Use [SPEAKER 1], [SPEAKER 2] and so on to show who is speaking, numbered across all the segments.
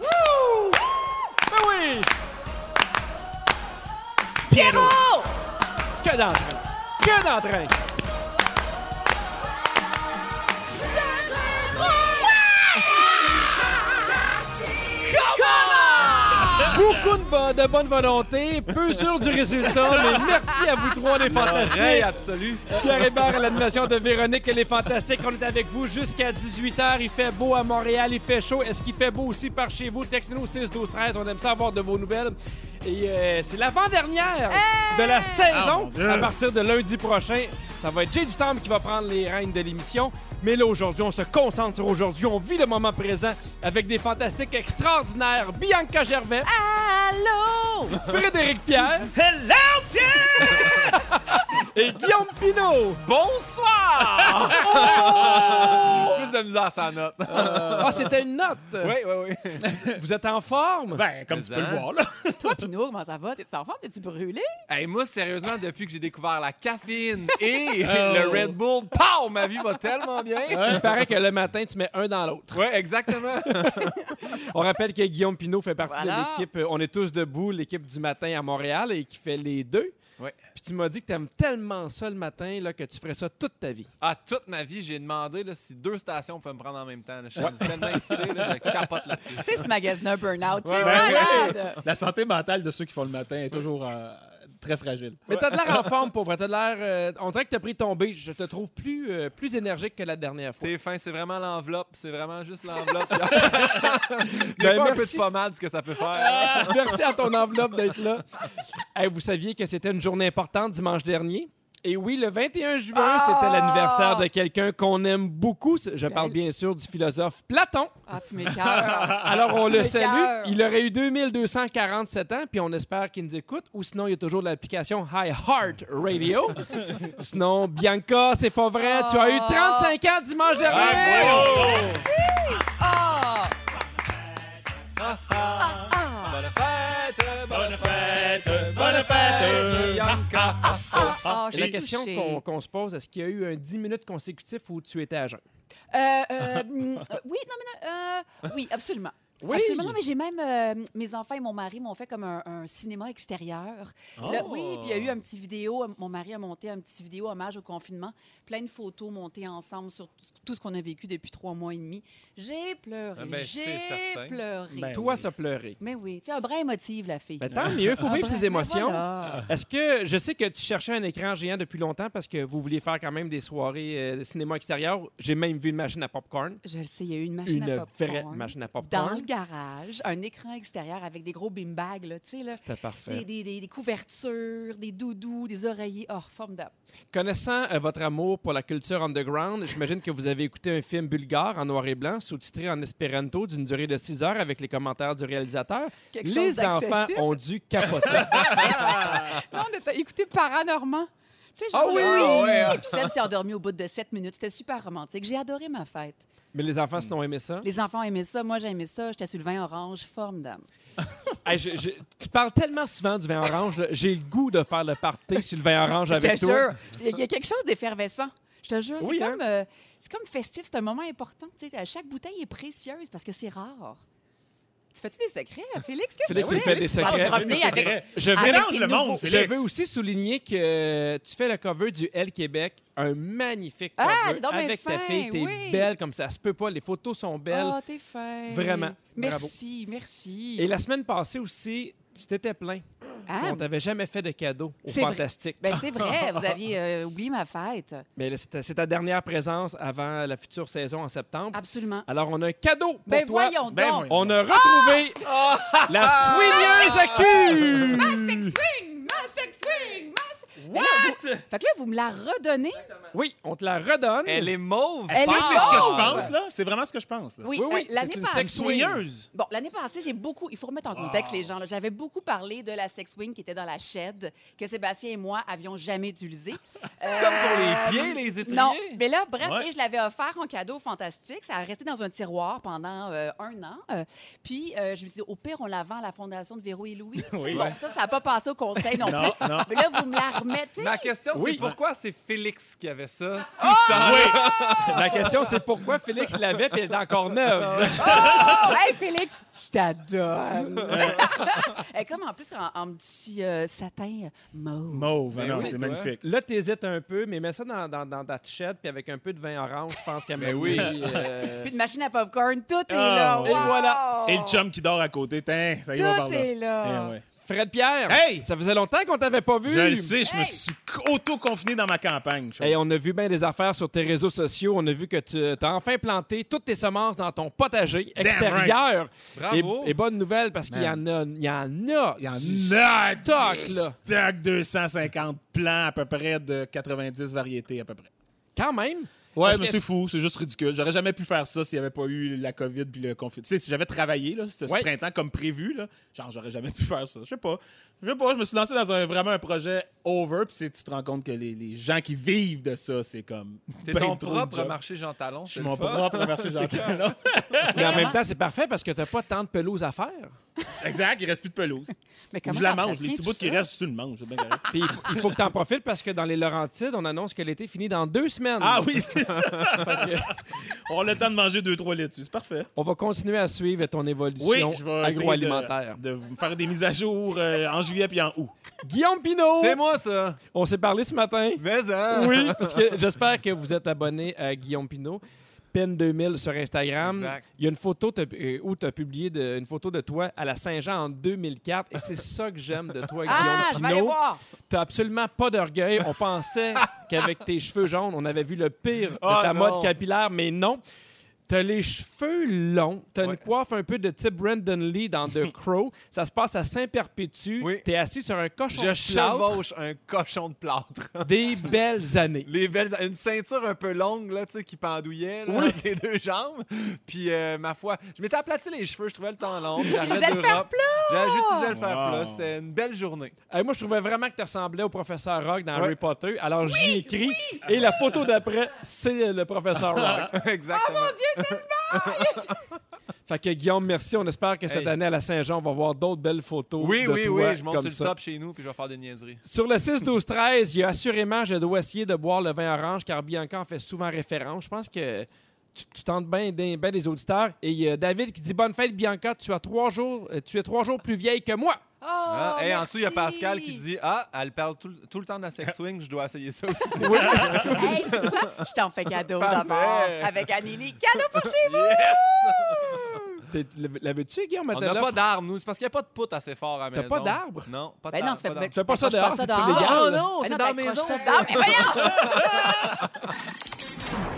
[SPEAKER 1] Ben Pierrot! Que d'entrain! Que d'entrain! Beaucoup de, bo- de bonne volonté, peu sûr du résultat, mais merci à vous trois, les
[SPEAKER 2] L'oreille
[SPEAKER 1] fantastiques.
[SPEAKER 2] absolue.
[SPEAKER 1] Pierre Hébert à l'animation de Véronique, elle est fantastique. On est avec vous jusqu'à 18h. Il fait beau à Montréal, il fait chaud. Est-ce qu'il fait beau aussi par chez vous? Textez-nous 6 12 13 on aime ça avoir de vos nouvelles. Et euh, c'est l'avant-dernière de la
[SPEAKER 2] Ah, mon
[SPEAKER 1] saison
[SPEAKER 2] Dieu.
[SPEAKER 1] à partir de lundi prochain. Ça va être Jay Dutemps qui va prendre les rênes de l'émission. Mais là, aujourd'hui, on se concentre sur aujourd'hui. On vit le moment présent avec des fantastiques extraordinaires. Bianca Gervais,
[SPEAKER 3] Allô?
[SPEAKER 1] Frédéric Pierre
[SPEAKER 2] Hello, Pierre!
[SPEAKER 1] et Guillaume Pinault.
[SPEAKER 2] Bonsoir! Plus de misère sans note.
[SPEAKER 1] Ah, c'était une note.
[SPEAKER 2] oui, oui.
[SPEAKER 1] Vous êtes en forme?
[SPEAKER 4] Ben, comme tu peux
[SPEAKER 2] Mais
[SPEAKER 4] le
[SPEAKER 2] hein.
[SPEAKER 4] voir, là.
[SPEAKER 3] Toi, Pinot, comment ça va? T'es-tu en forme? T'es-tu brûlé?
[SPEAKER 2] Hey, moi, sérieusement, depuis que j'ai découvert la caféine et
[SPEAKER 4] Oh.
[SPEAKER 2] le Red Bull, pow, ma vie va tellement bien.
[SPEAKER 1] Il paraît que le matin, tu mets un dans l'autre.
[SPEAKER 2] Ouais, exactement.
[SPEAKER 1] On rappelle que Guillaume Pinault fait partie
[SPEAKER 3] Voilà.
[SPEAKER 1] de l'équipe euh, On est tous debout, l'équipe du matin à Montréal et qui fait les deux.
[SPEAKER 2] Ouais.
[SPEAKER 1] Puis tu m'as dit que tu aimes tellement ça le matin là, que tu ferais ça toute ta vie.
[SPEAKER 2] Ah, toute ma vie, j'ai demandé là, si deux stations pouvaient me prendre en même temps. là. Je suis rendu tellement excité, là, je capote là-dessus.
[SPEAKER 3] Tu sais, ce magasin Burnout, c'est
[SPEAKER 4] Ouais, ouais.
[SPEAKER 3] malade!
[SPEAKER 4] La santé mentale de ceux qui font le matin est toujours euh, très fragile.
[SPEAKER 1] Mais t'as de l'air en forme, pauvre. T'as de l'air. euh, on dirait que t'as pris ton B. Je te trouve plus, euh, plus énergique que la dernière fois.
[SPEAKER 2] T'es fin, c'est vraiment l'enveloppe, c'est vraiment juste l'enveloppe. Il y
[SPEAKER 1] Ben,
[SPEAKER 2] a pas un peu
[SPEAKER 1] merci.
[SPEAKER 2] de pommade ce que ça peut
[SPEAKER 4] Ah,
[SPEAKER 2] faire.
[SPEAKER 1] Merci à ton enveloppe d'être là. Hey, vous saviez que c'était une journée importante dimanche dernier? Et oui, le 21 juin,
[SPEAKER 3] Ah!
[SPEAKER 1] c'était l'anniversaire de quelqu'un qu'on aime beaucoup. Je parle bien sûr du philosophe Platon.
[SPEAKER 3] Ah, tu m'écœures.
[SPEAKER 1] Alors, on
[SPEAKER 3] Ah, Tu
[SPEAKER 1] le
[SPEAKER 3] me
[SPEAKER 1] salue.
[SPEAKER 3] cœurs.
[SPEAKER 1] Il aurait eu 2247 ans, puis on espère qu'il nous écoute. Ou sinon, il y a toujours l'application High Heart Radio. sinon, Bianca, c'est pas vrai. Tu as eu 35 ans dimanche dernier.
[SPEAKER 3] Ah!
[SPEAKER 2] Bonne fête, bonne
[SPEAKER 4] fête,
[SPEAKER 2] fête, Bianca.
[SPEAKER 3] Ah, je
[SPEAKER 1] C'est la
[SPEAKER 3] suis
[SPEAKER 1] question
[SPEAKER 3] touchée.
[SPEAKER 1] qu'on qu'on se pose, est-ce qu'il y a eu un 10 minutes consécutif où tu étais à jeun?
[SPEAKER 3] Euh, euh, mm, euh, oui, non, mais non, euh, oui, absolument.
[SPEAKER 1] Oui!
[SPEAKER 3] Absolument. Non, mais j'ai même. euh, mes enfants et mon mari m'ont fait comme un, un cinéma extérieur. Là, oui, puis il y a eu un petit vidéo. Mon mari a monté un petit vidéo hommage au confinement. Plein de photos montées ensemble sur tout ce- tout ce qu'on a vécu depuis trois mois et demi. J'ai pleuré.
[SPEAKER 2] Ah ben, c'est certain.
[SPEAKER 3] j'ai pleuré.
[SPEAKER 4] Ben,
[SPEAKER 1] Toi,
[SPEAKER 4] oui.
[SPEAKER 1] ça pleurait.
[SPEAKER 3] Mais oui, tu sais, un brin émotive, la fille.
[SPEAKER 1] Ben, tant mieux, il faut
[SPEAKER 3] Un
[SPEAKER 1] vivre
[SPEAKER 3] brin-
[SPEAKER 1] ses émotions.
[SPEAKER 3] Ah Voilà.
[SPEAKER 1] Est-ce que je sais que tu cherchais un écran géant depuis longtemps parce que vous vouliez faire quand même des soirées euh, de cinéma extérieur? J'ai même vu une machine à popcorn.
[SPEAKER 3] Je le sais, il y a eu une machine
[SPEAKER 1] Une
[SPEAKER 3] à popcorn.
[SPEAKER 1] vraie machine à popcorn.
[SPEAKER 3] Dans le garage, un écran extérieur avec des gros bimbags, là, tu sais, là.
[SPEAKER 1] C'était parfait.
[SPEAKER 3] Des, des- des- des couvertures, des doudous, des oreillers. Oh, formidable.
[SPEAKER 1] Connaissant euh, votre amour pour la culture underground, j'imagine que vous avez écouté un film bulgare en noir et blanc, sous-titré en espéranto d'une durée de 6 heures avec les commentaires du réalisateur.
[SPEAKER 3] Quelque chose
[SPEAKER 1] Les enfants
[SPEAKER 3] d'accessible.
[SPEAKER 1] ont dû capoter.
[SPEAKER 3] Non, on a écouté Paranormand. Tu sais, genre,
[SPEAKER 1] Ah oui,
[SPEAKER 2] ah ouais, ah.
[SPEAKER 3] Et puis Seb s'est endormi au bout de 7 minutes. C'était super romantique. J'ai adoré ma fête.
[SPEAKER 1] Mais les enfants, sinon, aimaient ça.
[SPEAKER 3] Les enfants aimaient ça. Moi, j'aimais ça. J'étais sur le vin orange. Formidable.
[SPEAKER 1] Hey, je- je- tu parles tellement souvent du vin orange, là, j'ai le goût de faire le party sur le vin orange
[SPEAKER 3] Je te
[SPEAKER 1] avec toi.
[SPEAKER 3] jure. Il y a quelque chose d'effervescent. Je te jure,
[SPEAKER 1] Oui,
[SPEAKER 3] c'est
[SPEAKER 1] hein?
[SPEAKER 3] comme, euh, c'est comme festif. C'est un moment important. Tu sais, chaque bouteille est précieuse parce que c'est rare. Tu fais-tu des secrets, euh, Félix? Qu'est-ce que
[SPEAKER 1] Félix,
[SPEAKER 3] tu
[SPEAKER 1] il
[SPEAKER 3] fais?
[SPEAKER 1] fait des
[SPEAKER 3] Ah,
[SPEAKER 1] secrets.
[SPEAKER 3] je revenais avec-
[SPEAKER 1] Je
[SPEAKER 3] Ah,
[SPEAKER 1] veux,
[SPEAKER 3] avec
[SPEAKER 4] Mélange
[SPEAKER 3] tes
[SPEAKER 4] le
[SPEAKER 3] nouveaux-
[SPEAKER 4] monde,
[SPEAKER 1] je
[SPEAKER 4] Félix.
[SPEAKER 1] veux aussi souligner que euh, tu fais le cover du L Québec, un magnifique
[SPEAKER 3] Ah,
[SPEAKER 1] cover
[SPEAKER 3] t'es donc bien
[SPEAKER 1] avec ta
[SPEAKER 3] fin,
[SPEAKER 1] fille. T'es
[SPEAKER 3] oui.
[SPEAKER 1] belle comme ça, ça se peut pas. Les photos sont belles.
[SPEAKER 3] Ah, t'es fin.
[SPEAKER 1] Vraiment.
[SPEAKER 3] Merci, merci.
[SPEAKER 1] Et la semaine passée aussi, tu t'étais plaint.
[SPEAKER 3] Ah,
[SPEAKER 1] On t'avait jamais fait de cadeau. au
[SPEAKER 3] C'est vrai.
[SPEAKER 1] fantastique.
[SPEAKER 3] ben c'est vrai, vous aviez euh, oublié ma fête.
[SPEAKER 1] Mais là, c'est ta- c'est ta dernière présence avant la future saison en septembre.
[SPEAKER 3] Absolument.
[SPEAKER 1] Alors, on a un cadeau Ah, pour
[SPEAKER 3] Ah. Ben
[SPEAKER 1] toi.
[SPEAKER 3] voyons Ah!
[SPEAKER 4] Ben
[SPEAKER 3] donc.
[SPEAKER 4] voyons.
[SPEAKER 1] On a retrouvé la soigneuse à cul!
[SPEAKER 3] Sex swing, ma sex swing, ma sex- Là, vous- Fait que là, vous me la redonnez.
[SPEAKER 1] Oui, on te la redonne.
[SPEAKER 2] Elle est mauve.
[SPEAKER 5] Ah,
[SPEAKER 3] Elle est
[SPEAKER 4] C'est ce que je
[SPEAKER 3] mauve.
[SPEAKER 4] pense, là. C'est vraiment ce que je pense. Là.
[SPEAKER 3] Oui,
[SPEAKER 1] Oui, oui,
[SPEAKER 3] euh, l'année
[SPEAKER 1] c'est une
[SPEAKER 3] passée.
[SPEAKER 1] sex
[SPEAKER 4] Soyeuse.
[SPEAKER 3] Bon, l'année passée, j'ai beaucoup. Il faut remettre en contexte
[SPEAKER 2] Ah.
[SPEAKER 3] les gens. là. J'avais beaucoup parlé de la sex wing qui était dans la shed que Sébastien et moi avions jamais utilisée.
[SPEAKER 2] C'est comme pour les pieds, les étriers.
[SPEAKER 3] Non, mais là, bref,
[SPEAKER 4] Ouais.
[SPEAKER 3] et je l'avais offert en cadeau fantastique. Ça a resté dans un tiroir pendant euh, un an. Euh, puis, euh, je me suis dit, au pire, on la vend à la Fondation de Véro et Louis. tu sais.
[SPEAKER 4] Oui.
[SPEAKER 3] Bon, ça, ça n'a pas passé au conseil non,
[SPEAKER 4] Non,
[SPEAKER 3] plus.
[SPEAKER 4] non.
[SPEAKER 3] Mais là, vous me la remettez.
[SPEAKER 2] Ma question
[SPEAKER 5] question,
[SPEAKER 1] Oui.
[SPEAKER 5] c'est pourquoi c'est Félix qui avait ça?
[SPEAKER 1] La question, c'est pourquoi Félix l'avait puis elle est encore neuve.
[SPEAKER 3] Oh, hey, Félix, je t'adore. Elle est comme en plus en, en petit euh, satin mauve.
[SPEAKER 4] Mauve, ah
[SPEAKER 5] Ben
[SPEAKER 4] non,
[SPEAKER 5] oui,
[SPEAKER 4] c'est
[SPEAKER 5] toi.
[SPEAKER 4] magnifique.
[SPEAKER 1] Là, t'hésites un peu, mais mets ça dans, dans, dans ta tichette puis avec un peu de vin orange, je pense euh, qu'à
[SPEAKER 5] Ben oui.
[SPEAKER 3] Puis de machine à popcorn, tout est là.
[SPEAKER 4] Ah, ouais. Et
[SPEAKER 3] Wow!
[SPEAKER 4] voilà. Et le chum qui dort à côté, tiens, ça y va par
[SPEAKER 3] Oh. Tout
[SPEAKER 4] là.
[SPEAKER 3] est là.
[SPEAKER 4] Eh ouais.
[SPEAKER 1] Fred Pierre,
[SPEAKER 4] Hey!
[SPEAKER 1] ça faisait longtemps qu'on t'avait pas vu.
[SPEAKER 4] Je le sais, je me
[SPEAKER 3] Hey!
[SPEAKER 4] suis auto-confiné dans ma campagne. je
[SPEAKER 1] Hey, on a vu bien des affaires sur tes réseaux sociaux. On a vu que tu as enfin planté toutes tes semences dans ton potager
[SPEAKER 4] Damn
[SPEAKER 1] extérieur.
[SPEAKER 5] Bravo.
[SPEAKER 1] Et, et bonne nouvelle parce qu'il y en a, il y en a,
[SPEAKER 4] Il y en
[SPEAKER 1] du
[SPEAKER 4] a
[SPEAKER 1] stock,
[SPEAKER 4] du
[SPEAKER 1] là.
[SPEAKER 4] stock, 250 plans à peu près de 90 variétés à peu près.
[SPEAKER 1] Quand même.
[SPEAKER 4] Ouais,
[SPEAKER 1] Parce
[SPEAKER 4] mais
[SPEAKER 1] que-
[SPEAKER 4] c'est fou, c'est juste ridicule. J'aurais jamais pu faire ça s'il n'y avait pas eu la COVID puis le confinement. Tu sais, si j'avais travaillé là, ce ce
[SPEAKER 1] Ouais.
[SPEAKER 4] printemps comme prévu, là, genre j'aurais jamais pu faire ça. Je sais pas. Je sais pas, je me suis lancé dans un, vraiment un projet over, puis c'est- tu te rends compte que les, les gens qui vivent de ça, c'est comme.
[SPEAKER 5] T'es
[SPEAKER 4] ben
[SPEAKER 5] ton
[SPEAKER 4] trop de
[SPEAKER 5] propre
[SPEAKER 4] job.
[SPEAKER 5] marché Jean Talon.
[SPEAKER 4] Je suis mon propre marché gentil. là.
[SPEAKER 1] Mais en
[SPEAKER 3] vraiment.
[SPEAKER 1] même temps, c'est parfait parce que t'as pas tant de pelouse à faire.
[SPEAKER 4] Exact, il reste plus de pelouse.
[SPEAKER 3] Mais
[SPEAKER 4] je la mange,
[SPEAKER 3] t'entretiens
[SPEAKER 4] les petits
[SPEAKER 3] tout
[SPEAKER 4] bouts qui
[SPEAKER 3] ça?
[SPEAKER 4] restent, tu le manges. c'est bien correct.
[SPEAKER 1] Puis il faut, il faut que t'en profites parce que dans les Laurentides, on annonce que l'été finit dans deux semaines.
[SPEAKER 4] Ah oui, c'est ça.
[SPEAKER 1] Fait que
[SPEAKER 4] On a le temps de manger 2-3 laitues, c'est parfait.
[SPEAKER 1] on va continuer à suivre ton
[SPEAKER 4] Oui,
[SPEAKER 1] évolution
[SPEAKER 4] je vais essayer
[SPEAKER 1] agroalimentaire.
[SPEAKER 4] De, de vous faire des mises à jour euh, en juillet puis en août.
[SPEAKER 1] Guillaume Pinot,
[SPEAKER 5] C'est moi, ça.
[SPEAKER 1] on s'est parlé ce matin.
[SPEAKER 5] Mais, hein?
[SPEAKER 1] Oui, parce que j'espère que vous êtes abonné à Guillaume Pinault. Pen 2000 sur Instagram.
[SPEAKER 5] Exact.
[SPEAKER 1] Il y a une photo t'as- euh, où tu as publié de- une photo de toi à la Saint-Jean en 2004. Et c'est ça que j'aime de toi,
[SPEAKER 3] Ah, je vais
[SPEAKER 1] Guillaume
[SPEAKER 3] aller
[SPEAKER 1] Pinault.
[SPEAKER 3] voir.
[SPEAKER 1] Tu absolument pas d'orgueil. On pensait qu'avec tes cheveux jaunes, on avait vu le pire de
[SPEAKER 5] Ah,
[SPEAKER 1] ta
[SPEAKER 5] non.
[SPEAKER 1] mode capillaire, mais non. T'as les cheveux longs, t'as
[SPEAKER 5] Ouais.
[SPEAKER 1] une coiffe un peu de type Brandon Lee dans The Crow. Ça se passe à Saint-Perpétue.
[SPEAKER 5] Oui.
[SPEAKER 1] T'es assis sur un cochon
[SPEAKER 5] Je
[SPEAKER 1] de plâtre.
[SPEAKER 5] chevauche un cochon de plâtre.
[SPEAKER 1] Des belles années.
[SPEAKER 5] Les belles, une ceinture un peu longue là, tu sais, qui pendouillait là, entre les deux jambes. Puis euh, ma foi, je m'étais aplati les cheveux, je trouvais le temps long. J'arrivais
[SPEAKER 3] faisais le faire
[SPEAKER 5] d'Europe. J'ai- J'utilisais le faire
[SPEAKER 4] Wow.
[SPEAKER 5] plat. C'était une belle journée.
[SPEAKER 1] Hey, moi, je trouvais vraiment que tu ressemblais au professeur Rock dans
[SPEAKER 5] Ouais.
[SPEAKER 1] Harry Potter. Alors, j'y écris. Et la photo d'après, c'est le professeur
[SPEAKER 3] Oh,
[SPEAKER 1] Rock.
[SPEAKER 5] Exactement.
[SPEAKER 1] fait que, Guillaume, merci. On espère que cette
[SPEAKER 5] Hey.
[SPEAKER 1] année, à la Saint-Jean, on va voir d'autres belles photos.
[SPEAKER 5] oui,
[SPEAKER 1] de
[SPEAKER 5] oui,
[SPEAKER 1] toi
[SPEAKER 5] oui. Je monte
[SPEAKER 1] comme
[SPEAKER 5] sur
[SPEAKER 1] ça.
[SPEAKER 5] le top chez nous, puis je vais faire des niaiseries.
[SPEAKER 1] Sur le 6-12-13, il y a assurément, je dois essayer de boire le vin orange, car Bianca en fait souvent référence. Je pense que tu, tu tentes bien des, bien des auditeurs. Et il y a David qui dit Bonne fête, Bianca. Tu, as trois jours, euh, tu es trois jours plus vieille que moi.
[SPEAKER 3] Oh,
[SPEAKER 5] Ah, et en dessous, il y a
[SPEAKER 3] merci.
[SPEAKER 5] Pascal qui dit Ah, elle parle tout, le- tout le temps de la sex swing, je dois essayer ça aussi.
[SPEAKER 3] Hey, c'est quoi? Je t'en fais cadeau
[SPEAKER 5] Parfait.
[SPEAKER 3] d'abord avec Anneli. Cadeau pour chez vous!
[SPEAKER 1] T'es- L'avais-tu, Guillaume?
[SPEAKER 5] On n'a pas d'armes, nous. C'est parce qu'il n'y a pas de poutre assez fort à la
[SPEAKER 1] T'as
[SPEAKER 5] maison.
[SPEAKER 1] pas d'arbre?
[SPEAKER 5] Non, pas de
[SPEAKER 3] Ben non,
[SPEAKER 5] d'arbre,
[SPEAKER 3] tu fais
[SPEAKER 5] pas d'arbre.
[SPEAKER 1] Fais pas ça dehors, c'est illégal.
[SPEAKER 5] Ah,
[SPEAKER 1] Ah,
[SPEAKER 5] non,
[SPEAKER 3] Ben
[SPEAKER 5] c'est
[SPEAKER 3] non,
[SPEAKER 5] dans la
[SPEAKER 3] t'accroches
[SPEAKER 5] maison.
[SPEAKER 3] ça
[SPEAKER 5] ça.
[SPEAKER 3] dehors. Mais voyons!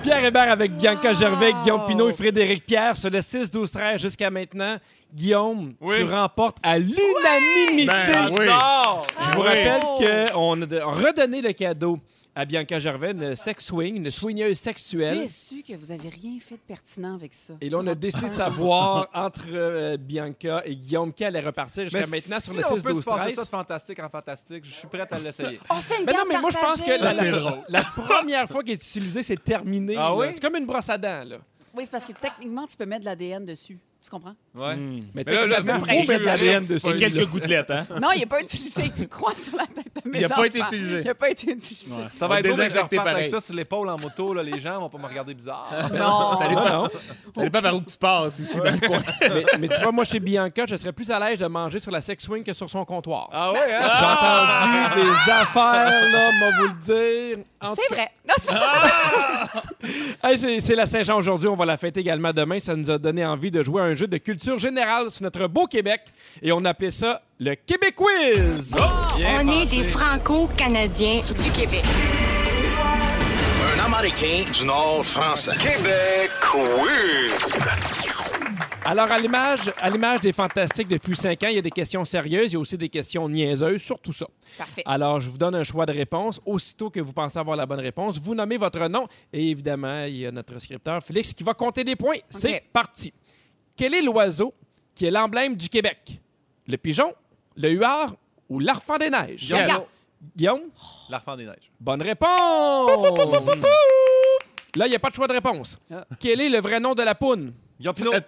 [SPEAKER 1] Pierre Hébert avec Bianca
[SPEAKER 3] Wow!
[SPEAKER 1] Gervais, Guillaume Pinot et Frédéric Pierre sur le 6, 12, 13 jusqu'à maintenant. Guillaume,
[SPEAKER 5] Oui.
[SPEAKER 1] tu remportes à l'unanimité.
[SPEAKER 4] Ben oui.
[SPEAKER 5] Non!
[SPEAKER 1] Je vous
[SPEAKER 4] Oui.
[SPEAKER 3] Oh!
[SPEAKER 1] rappelle qu'on a de- redonné le cadeau à Bianca Gervais, une sex swing, une soigneuse sexuelle.
[SPEAKER 3] Déçu que vous avez rien fait de pertinent avec ça.
[SPEAKER 1] Et là, on a décidé de savoir entre euh, Bianca et Guillaume qui allait repartir jusqu'à maintenant sur
[SPEAKER 5] si
[SPEAKER 1] le
[SPEAKER 5] on
[SPEAKER 1] 6,
[SPEAKER 5] peut se
[SPEAKER 1] 12,
[SPEAKER 5] passer
[SPEAKER 1] 13.
[SPEAKER 5] ça de fantastique en fantastique, je suis prête à l'essayer.
[SPEAKER 3] On se fait une
[SPEAKER 1] Mais non,
[SPEAKER 3] garde
[SPEAKER 1] mais moi, je pense
[SPEAKER 3] partagée.
[SPEAKER 1] que la,
[SPEAKER 4] Ça, c'est
[SPEAKER 1] la-
[SPEAKER 4] drôle.
[SPEAKER 1] la première fois qu'il est utilisé, c'est terminé.
[SPEAKER 5] Ah
[SPEAKER 1] là.
[SPEAKER 5] oui?
[SPEAKER 1] C'est comme une brosse à dents. Là.
[SPEAKER 3] Oui, c'est parce que techniquement, tu peux mettre de l'ADN dessus. Tu comprends?
[SPEAKER 5] Ouais.
[SPEAKER 1] Mais,
[SPEAKER 5] là, là,
[SPEAKER 1] techniquement,
[SPEAKER 3] vous,
[SPEAKER 1] faut mettre de la
[SPEAKER 5] vous,
[SPEAKER 1] gêne
[SPEAKER 5] c'est
[SPEAKER 1] dessus.
[SPEAKER 4] Et
[SPEAKER 1] là.
[SPEAKER 4] quelques gouttelettes, hein?
[SPEAKER 3] Non, il n'est pas utilisé. Croix sur la tête de mes
[SPEAKER 4] Il a pas été
[SPEAKER 3] enfants.
[SPEAKER 4] utilisé.
[SPEAKER 3] Il n'a pas été utilisé.
[SPEAKER 5] Ça va être drôle que je reparte avec
[SPEAKER 4] pareil.
[SPEAKER 5] ça sur l'épaule en moto, là, les gens vont pas me regarder bizarre.
[SPEAKER 3] Non.
[SPEAKER 1] Non, Ah, non.
[SPEAKER 4] Ça dépend par où que tu passes ici dans le coin.
[SPEAKER 1] mais, mais tu vois, moi, chez Bianca, je serais plus à l'aise de manger sur la sex swing que sur son comptoir.
[SPEAKER 5] Ah ouais, hein?
[SPEAKER 1] J'ai
[SPEAKER 2] Ah!
[SPEAKER 5] Ah.
[SPEAKER 1] entendu des affaires, là, moi vous le dire. En tout
[SPEAKER 3] C'est vrai. Non, c'est pas
[SPEAKER 1] Hey, c'est c'est la Saint-Jean aujourd'hui. On va la fêter également demain. Ça nous a donné envie de jouer à un jeu de culture générale sur notre beau Québec. Et on appelait ça le Québec Quiz.
[SPEAKER 5] Bien
[SPEAKER 6] On est
[SPEAKER 5] pensé.
[SPEAKER 6] des Franco-Canadiens du Québec.
[SPEAKER 7] Un Américain du Nord français. Québec, oui.
[SPEAKER 1] Alors, à l'image à l'image des Fantastiques depuis cinq ans, il y a des questions sérieuses. Il y a aussi des questions niaiseuses sur tout ça.
[SPEAKER 3] Parfait.
[SPEAKER 1] Alors, je vous donne un choix de réponse. Aussitôt que vous pensez avoir la bonne réponse, vous nommez votre nom. Et évidemment, il y a notre scripteur Félix qui va compter des points. C'est parti. Quel est l'oiseau qui est l'emblème du Québec? Le pigeon, le huard ou l'arfan des neiges?
[SPEAKER 5] Guillaume,
[SPEAKER 3] Regarde.
[SPEAKER 1] Guillaume,
[SPEAKER 5] L'enfant des neiges.
[SPEAKER 1] bonne réponse! Là, il n'y a pas de choix de réponse.
[SPEAKER 3] Ah.
[SPEAKER 1] Quel est le vrai nom de la poune?
[SPEAKER 5] Guillaume Pinot.
[SPEAKER 4] Euh,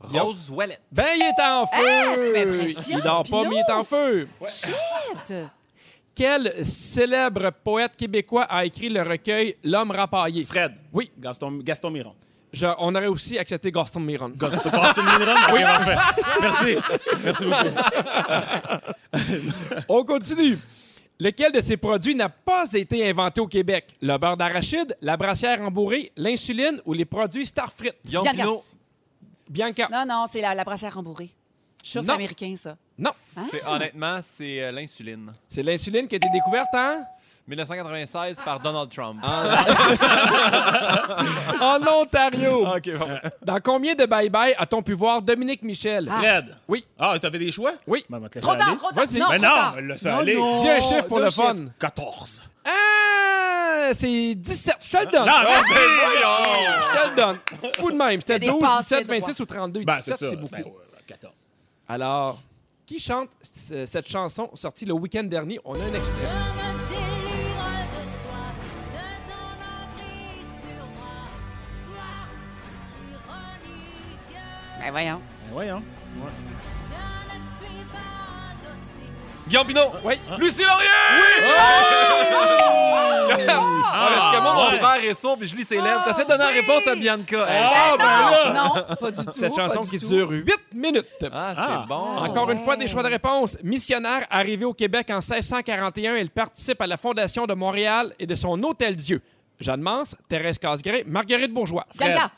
[SPEAKER 5] Rose Ouellet.
[SPEAKER 1] Ben, il est en feu!
[SPEAKER 3] tu Ah, m'impressionnes,
[SPEAKER 1] il dort pas,
[SPEAKER 3] Pinot.
[SPEAKER 1] mais il est en feu.
[SPEAKER 3] Shit!
[SPEAKER 1] Quel célèbre poète québécois a écrit le recueil L'homme rapaillé?
[SPEAKER 4] Fred.
[SPEAKER 1] Oui.
[SPEAKER 4] Gaston, Gaston Miron.
[SPEAKER 1] Je- on aurait aussi accepté Gaston Miron.
[SPEAKER 4] Gaston, Gaston Miron? Oui, parfait. Merci. Merci beaucoup.
[SPEAKER 1] On continue. Lequel de ces produits n'a pas été inventé au Québec? Le beurre d'arachide, la brassière embourrée, l'insuline ou les produits Starfrit?
[SPEAKER 2] Guillaume
[SPEAKER 3] Bianca.
[SPEAKER 2] Pinot,
[SPEAKER 1] Bianca.
[SPEAKER 3] Non, non, c'est la, la brassière rembourrée. Je suis sûre que c'est
[SPEAKER 1] Non.
[SPEAKER 3] américain, ça.
[SPEAKER 1] Non,
[SPEAKER 2] c'est honnêtement, c'est euh, l'insuline.
[SPEAKER 1] c'est l'insuline qui a été découverte hein? en...
[SPEAKER 2] 1996 par Donald Trump.
[SPEAKER 1] en Ontario.
[SPEAKER 2] Ah, ok, bon.
[SPEAKER 1] Dans combien de bye-bye a-t-on pu voir Dominique Michel?
[SPEAKER 3] Ah.
[SPEAKER 4] Fred.
[SPEAKER 1] Oui.
[SPEAKER 4] Ah, t'avais des choix?
[SPEAKER 1] Oui.
[SPEAKER 4] Ben, on va te laisser
[SPEAKER 3] Trop tard,
[SPEAKER 4] aller.
[SPEAKER 3] trop tard.
[SPEAKER 1] Vas-y.
[SPEAKER 3] Non,
[SPEAKER 4] Mais
[SPEAKER 3] trop
[SPEAKER 4] non,
[SPEAKER 3] tard.
[SPEAKER 4] laisse aller.
[SPEAKER 1] Dis un chiffre pour
[SPEAKER 3] deux
[SPEAKER 1] le
[SPEAKER 3] chiffres.
[SPEAKER 1] fun.
[SPEAKER 4] 14.
[SPEAKER 1] Ah! C'est 17. Je te le
[SPEAKER 4] Non,
[SPEAKER 1] donne.
[SPEAKER 4] mais c'est
[SPEAKER 1] Je te le donne. Fou de même. C'était
[SPEAKER 3] Il y a des
[SPEAKER 1] 12,
[SPEAKER 3] passés
[SPEAKER 1] 17,
[SPEAKER 3] de droit.
[SPEAKER 1] 26 ou 32.
[SPEAKER 4] Ben, c'est
[SPEAKER 1] 17,
[SPEAKER 4] ça.
[SPEAKER 1] c'est
[SPEAKER 4] Ben,
[SPEAKER 1] beaucoup.
[SPEAKER 4] ouais, ouais, 14.
[SPEAKER 1] Alors, qui chante c- cette chanson sortie le week-end dernier? On a un extrait.
[SPEAKER 3] Ben voyons.
[SPEAKER 4] Ben, voyons.
[SPEAKER 1] Guillaume Pinot. Oui.
[SPEAKER 2] Lucie Laurier! Ah, Parce que moi, mon
[SPEAKER 4] ouais.
[SPEAKER 2] verre est sourd, puis je lis ses lèvres. T'essaies de donner la
[SPEAKER 3] oui.
[SPEAKER 2] réponse à Bianca. Hey.
[SPEAKER 4] Ah, ben là.
[SPEAKER 3] Non, pas du tout.
[SPEAKER 1] Cette chanson
[SPEAKER 3] pas du
[SPEAKER 1] qui
[SPEAKER 3] tout.
[SPEAKER 1] dure 8 minutes.
[SPEAKER 2] Ah, c'est
[SPEAKER 4] Ah.
[SPEAKER 2] bon.
[SPEAKER 1] Encore une
[SPEAKER 3] ouais.
[SPEAKER 1] fois, des choix de réponse. Missionnaire arrivée au Québec en 1641, elle participe à la fondation de Montréal et de son hôtel Dieu. Jeanne Mance, Thérèse Casgrain, Marguerite Bourgeois.
[SPEAKER 3] Gaga.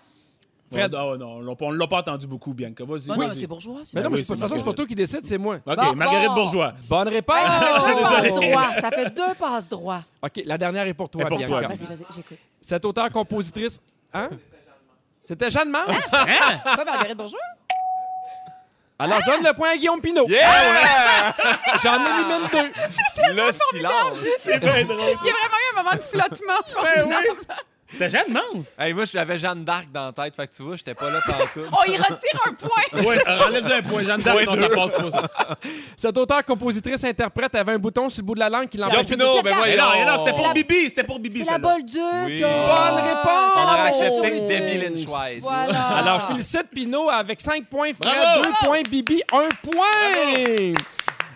[SPEAKER 1] Fred.
[SPEAKER 4] Ah, ouais, non, on l'a pas- on l'a pas entendu beaucoup, Bianca. Vas-y.
[SPEAKER 3] Non, non, mais
[SPEAKER 4] vas-y.
[SPEAKER 3] c'est bourgeois. c'est
[SPEAKER 1] Mais non,
[SPEAKER 4] Ben
[SPEAKER 1] mais
[SPEAKER 4] oui,
[SPEAKER 1] c'est pas- de
[SPEAKER 4] c'est
[SPEAKER 1] toute façon, c'est pas toi qui décide, c'est moi.
[SPEAKER 4] OK,
[SPEAKER 3] Bon,
[SPEAKER 4] Marguerite
[SPEAKER 3] bon.
[SPEAKER 4] Bourgeois.
[SPEAKER 1] Bonne réponse!
[SPEAKER 3] Hey, ça fait deux passes
[SPEAKER 4] Désolé.
[SPEAKER 3] droits. Ça fait deux passes droits.
[SPEAKER 1] OK, la dernière est pour toi,
[SPEAKER 4] Elle est pour
[SPEAKER 1] Bianca.
[SPEAKER 4] toi,
[SPEAKER 3] Vas-y, vas-y, j'écoute.
[SPEAKER 1] Cette auteure-compositrice... Hein? C'était Jeanne Mance. Hein?
[SPEAKER 3] Pas Marguerite Bourgeois?
[SPEAKER 1] Alors, donne le point à Guillaume Pinot. J'en élimine deux.
[SPEAKER 2] Le silence.
[SPEAKER 4] C'est bien drôle.
[SPEAKER 3] Il y a vraiment eu un moment de flottement.
[SPEAKER 4] C'était Jeanne Mance.
[SPEAKER 2] Hey, moi, j'avais Jeanne d'Arc dans la tête. Fait que tu vois, j'étais pas là pantoute.
[SPEAKER 3] Oh, il retire un point.
[SPEAKER 4] Ouais, enlève un point. Jeanne d'Arc, non, ça passe pas, ça.
[SPEAKER 1] Cette auteure-compositrice-interprète avait un bouton sur le bout de la langue
[SPEAKER 3] Ah,
[SPEAKER 1] qui l'empêchait... de-
[SPEAKER 2] Pinot, ben
[SPEAKER 4] Mais non, mais non, c'était
[SPEAKER 2] voyons.
[SPEAKER 4] pour Bibi, c'était pour Bibi,
[SPEAKER 3] C'est la
[SPEAKER 4] celle-là.
[SPEAKER 3] Bolduc.
[SPEAKER 2] Oui.
[SPEAKER 1] Bonne
[SPEAKER 3] euh,
[SPEAKER 1] réponse.
[SPEAKER 2] On aurait
[SPEAKER 3] bravo.
[SPEAKER 2] accepté
[SPEAKER 3] Oui.
[SPEAKER 2] Debbie Lynn Schweid.
[SPEAKER 3] Voilà.
[SPEAKER 1] Alors, félicite Pinot avec 5 points, Fred,
[SPEAKER 4] Ah. Bravo!
[SPEAKER 1] 2 points, Bibi, 1 point!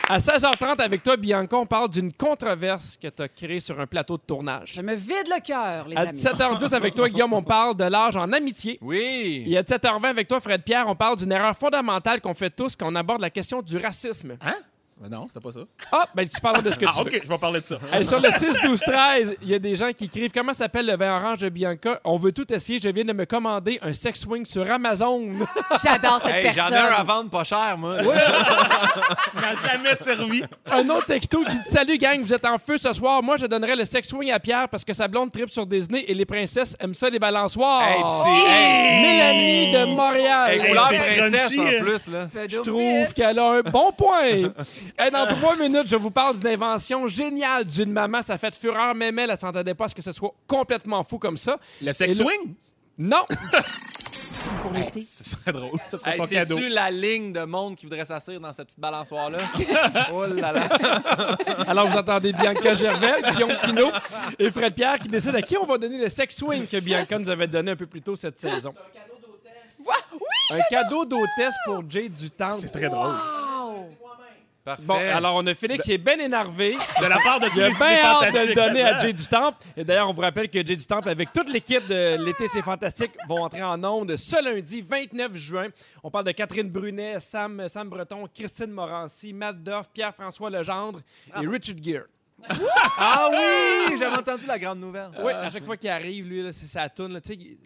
[SPEAKER 1] À 16h30, avec toi, Bianca, on parle d'une controverse que tu as créée sur un plateau de tournage.
[SPEAKER 3] Je me vide le cœur, les
[SPEAKER 1] À
[SPEAKER 3] amis.
[SPEAKER 1] 17h10, avec toi, Guillaume, on parle de l'âge en amitié.
[SPEAKER 2] Oui.
[SPEAKER 1] Et à 17h20, avec toi, Fred Pierre, on parle d'une erreur fondamentale qu'on fait tous quand on aborde la question du racisme.
[SPEAKER 4] Hein? Mais non, c'était pas ça.
[SPEAKER 1] Ah, ben tu parles de ce que tu
[SPEAKER 4] Ah,
[SPEAKER 1] veux.
[SPEAKER 4] OK, je vais parler de ça.
[SPEAKER 1] Hey, sur le 6, 12, 13, il y a des gens qui écrivent Comment s'appelle le vin orange de Bianca On veut tout essayer. Je viens de me commander un sex swing sur Amazon.
[SPEAKER 3] J'adore cette
[SPEAKER 2] Hey, j'en
[SPEAKER 3] personne.
[SPEAKER 2] ai un à vendre pas cher, moi.
[SPEAKER 4] n'a jamais servi.
[SPEAKER 1] un autre texto qui dit Salut, gang, vous êtes en feu ce soir. Moi, je donnerais le sex swing à Pierre parce que sa blonde tripe sur Disney et les princesses aiment ça, les balançoires.
[SPEAKER 2] Hey, pis c'est- hey.
[SPEAKER 1] Mélanie de Montréal.
[SPEAKER 2] Hey, couleur
[SPEAKER 4] c'est
[SPEAKER 2] princesse
[SPEAKER 4] crunchy,
[SPEAKER 2] en
[SPEAKER 4] hein.
[SPEAKER 2] plus, là.
[SPEAKER 1] Je trouve qu'elle a un bon point. Hey, dans trois minutes, je vous parle d'une invention géniale d'une maman. Ça fait de fureur, même elle, elle s'entendait pas à ce que ce soit complètement fou comme ça.
[SPEAKER 4] Le sex
[SPEAKER 1] Et le-
[SPEAKER 4] swing?
[SPEAKER 1] Non!
[SPEAKER 3] pour l'été.
[SPEAKER 4] Ce serait drôle. Ça serait
[SPEAKER 2] Hey,
[SPEAKER 4] son cadeau.
[SPEAKER 2] C'est-tu la ligne de monde qui voudrait s'asseoir dans cette petite balançoire-là? oh là là.
[SPEAKER 1] Alors, vous entendez Bianca Gervais, Guillaume Pinot et Fred Pierre qui décident à qui on va donner le sex swing que Bianca nous avait donné un peu plus tôt cette saison.
[SPEAKER 3] Wa- Oui,
[SPEAKER 1] Un cadeau d'hôtesse pour Jay Dutemps.
[SPEAKER 4] C'est très drôle.
[SPEAKER 3] wow!
[SPEAKER 2] Parfait.
[SPEAKER 1] Bon, alors on a Félix qui est bien énervé.
[SPEAKER 4] De la part de tous
[SPEAKER 1] Il a
[SPEAKER 4] les
[SPEAKER 1] bien hâte de le
[SPEAKER 4] fantastiques
[SPEAKER 1] donner à
[SPEAKER 4] là-dedans.
[SPEAKER 1] Jay Dutemps. Et d'ailleurs, on vous rappelle que Jay Dutemps, avec toute l'équipe de l'été C'est Fantastique, vont entrer en onde ce lundi 29 juin. On parle de Catherine Brunet, Sam, Sam Breton, Christine Morancy, Matt Doff, Pierre-François Legendre et Richard Gere.
[SPEAKER 2] Ah oui, j'avais entendu la grande nouvelle.
[SPEAKER 1] Oui, à chaque fois qu'il arrive, lui, là, c'est sa toune. là, tu sais, il-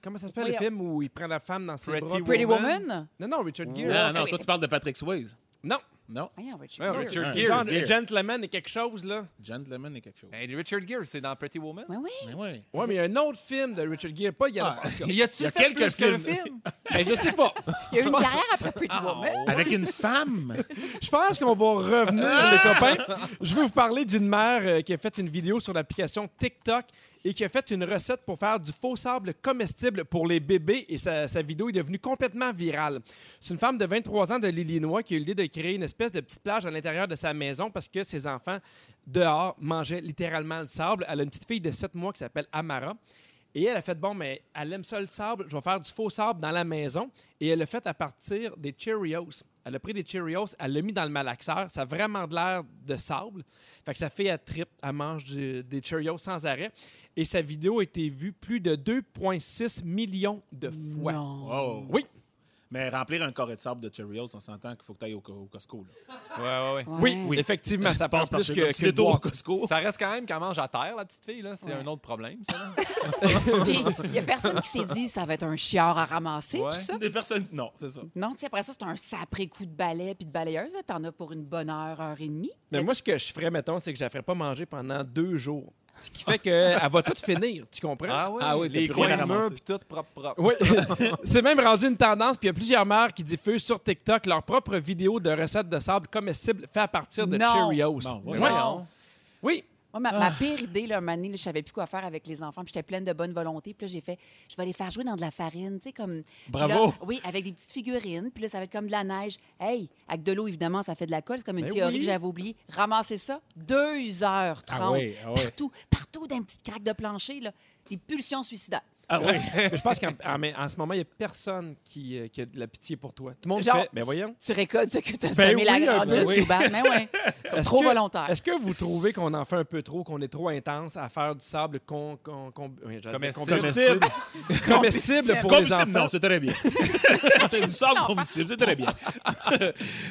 [SPEAKER 1] Comment ça s'appelle le
[SPEAKER 3] Voyons.
[SPEAKER 1] film où il prend la femme dans ses
[SPEAKER 2] Pretty
[SPEAKER 1] bras?
[SPEAKER 2] Woman.
[SPEAKER 3] Pretty Woman?
[SPEAKER 1] Non, non, Richard Gere.
[SPEAKER 4] Non, non, toi, tu parles de Patrick Swayze.
[SPEAKER 1] Non,
[SPEAKER 4] Non.
[SPEAKER 3] Voyons, Richard.
[SPEAKER 2] Ouais,
[SPEAKER 3] Gere.
[SPEAKER 2] Richard
[SPEAKER 4] Ouais.
[SPEAKER 1] c'est
[SPEAKER 2] Gere.
[SPEAKER 1] genre
[SPEAKER 4] Gere.
[SPEAKER 1] Gentleman et quelque chose, là.
[SPEAKER 4] Gentleman et quelque chose.
[SPEAKER 2] Hey, Richard Gere, c'est dans Pretty Woman?
[SPEAKER 3] Ouais, oui.
[SPEAKER 4] Mais oui.
[SPEAKER 1] Ouais, mais il y a un autre film de Richard Gere, pas Yann.
[SPEAKER 4] Ah.
[SPEAKER 2] Y a-tu
[SPEAKER 4] Y a
[SPEAKER 2] fait
[SPEAKER 4] quelques
[SPEAKER 2] plus qu'un
[SPEAKER 4] films.
[SPEAKER 2] film?
[SPEAKER 1] Ben, je sais pas.
[SPEAKER 3] Il y a eu une carrière après Pretty Woman.
[SPEAKER 4] Oh. Avec une femme.
[SPEAKER 1] Je pense qu'on va revenir, les copains. Je veux vous parler d'une mère euh, qui a fait une vidéo sur l'application TikTok et qui a fait une recette pour faire du faux sable comestible pour les bébés et sa, sa vidéo est devenue complètement virale. C'est une femme de 23 ans de l'Illinois qui a eu l'idée de créer une espèce de petite plage à l'intérieur de sa maison parce que ses enfants dehors mangeaient littéralement le sable. Elle a une petite fille de 7 mois qui s'appelle Amara. Et elle a fait, bon, mais elle aime ça le sable, je vais faire du faux sable dans la maison. Et elle l'a fait à partir des Cheerios. Elle a pris des Cheerios, elle l'a mis dans le malaxeur. Ça a vraiment de l'air de sable. Fait que sa fille, elle tripe, elle mange du- des Cheerios sans arrêt. Et sa vidéo a été vue plus de 2,6 millions de fois.
[SPEAKER 3] Non.
[SPEAKER 4] Wow.
[SPEAKER 1] Oui.
[SPEAKER 4] Mais remplir un corps de sable de Cheerios, on s'entend qu'il faut que tu ailles au, au Costco. Là.
[SPEAKER 1] Oui,
[SPEAKER 3] Ouais.
[SPEAKER 1] oui, effectivement, ça passe
[SPEAKER 4] par
[SPEAKER 1] plus
[SPEAKER 4] chez-
[SPEAKER 1] que,
[SPEAKER 4] petit
[SPEAKER 1] que de
[SPEAKER 4] détour au
[SPEAKER 1] boire.
[SPEAKER 4] Costco.
[SPEAKER 2] Ça reste quand même qu'elle mange à terre, la petite fille. là. C'est un autre problème, ça. là.
[SPEAKER 3] Puis, il n'y a personne qui s'est dit ça va être un chiard à ramasser,
[SPEAKER 2] Ouais.
[SPEAKER 3] tout ça.
[SPEAKER 4] Des personnes. Non, c'est ça.
[SPEAKER 3] Non, tu sais, après ça, c'est un sapré coup de balai puis de balayeuse. là. T'en as pour une bonne heure, heure et demie.
[SPEAKER 1] Mais moi, ce que je ferais, mettons, c'est que je la ferais pas manger pendant deux jours. Ce qui fait qu'elle va tout finir, tu comprends?
[SPEAKER 4] oui,
[SPEAKER 2] les
[SPEAKER 4] t'as plus rien
[SPEAKER 2] coins
[SPEAKER 4] à
[SPEAKER 2] de mur
[SPEAKER 4] ramasser.
[SPEAKER 2] puis tout propre, propre.
[SPEAKER 1] Oui, c'est même rendu une tendance, puis il y a plusieurs mères qui diffusent sur TikTok leurs propres vidéos de recettes de sable comestibles faites à partir de
[SPEAKER 3] Non.
[SPEAKER 1] Cheerios.
[SPEAKER 4] Bon,
[SPEAKER 1] oui.
[SPEAKER 4] voyons.
[SPEAKER 3] Non.
[SPEAKER 1] Oui.
[SPEAKER 3] Moi, ma,
[SPEAKER 1] Ah.
[SPEAKER 3] ma pire idée, là, un moment donné, là, je savais plus quoi faire avec les enfants, puis j'étais pleine de bonne volonté. Puis là, j'ai fait, je vais les faire jouer dans de la farine, tu sais, comme. Puis
[SPEAKER 4] Bravo!
[SPEAKER 3] là, oui, avec des petites figurines, puis là, ça va être comme de la neige. Hey, avec de l'eau, évidemment, ça fait de la colle. C'est comme une
[SPEAKER 1] Ben
[SPEAKER 3] théorie
[SPEAKER 1] oui.
[SPEAKER 3] que j'avais oubliée. Ramasser ça, 2h30.
[SPEAKER 4] Ah oui, ah oui.
[SPEAKER 3] Partout, partout, d'un petit craque de plancher, là. Des pulsions suicidaires.
[SPEAKER 4] Ah oui.
[SPEAKER 1] Mais je pense qu'en en- mais en ce moment, il n'y a personne qui, euh, qui a de la pitié pour toi. Tout le monde
[SPEAKER 3] Genre,
[SPEAKER 1] fait, mais voyons.
[SPEAKER 3] Tu récoltes ce que t'as
[SPEAKER 1] Ben
[SPEAKER 3] semé la
[SPEAKER 1] oui, un
[SPEAKER 3] grande,
[SPEAKER 1] peu,
[SPEAKER 3] just
[SPEAKER 1] oui.
[SPEAKER 3] too bad. Mais ben ouais, comme trop
[SPEAKER 1] que-
[SPEAKER 3] volontaire.
[SPEAKER 1] Est-ce que vous trouvez qu'on en fait un peu trop, qu'on est trop intense à faire du sable qu'on qu'on- qu'on- oui, j'allais dire
[SPEAKER 2] Comestible.
[SPEAKER 1] comestible, comestible
[SPEAKER 3] Comestible.
[SPEAKER 1] pour les
[SPEAKER 4] Combustible,
[SPEAKER 1] enfants?
[SPEAKER 4] non, c'est très bien. T'as du sable combustible, c'est très bien.
[SPEAKER 2] Ben,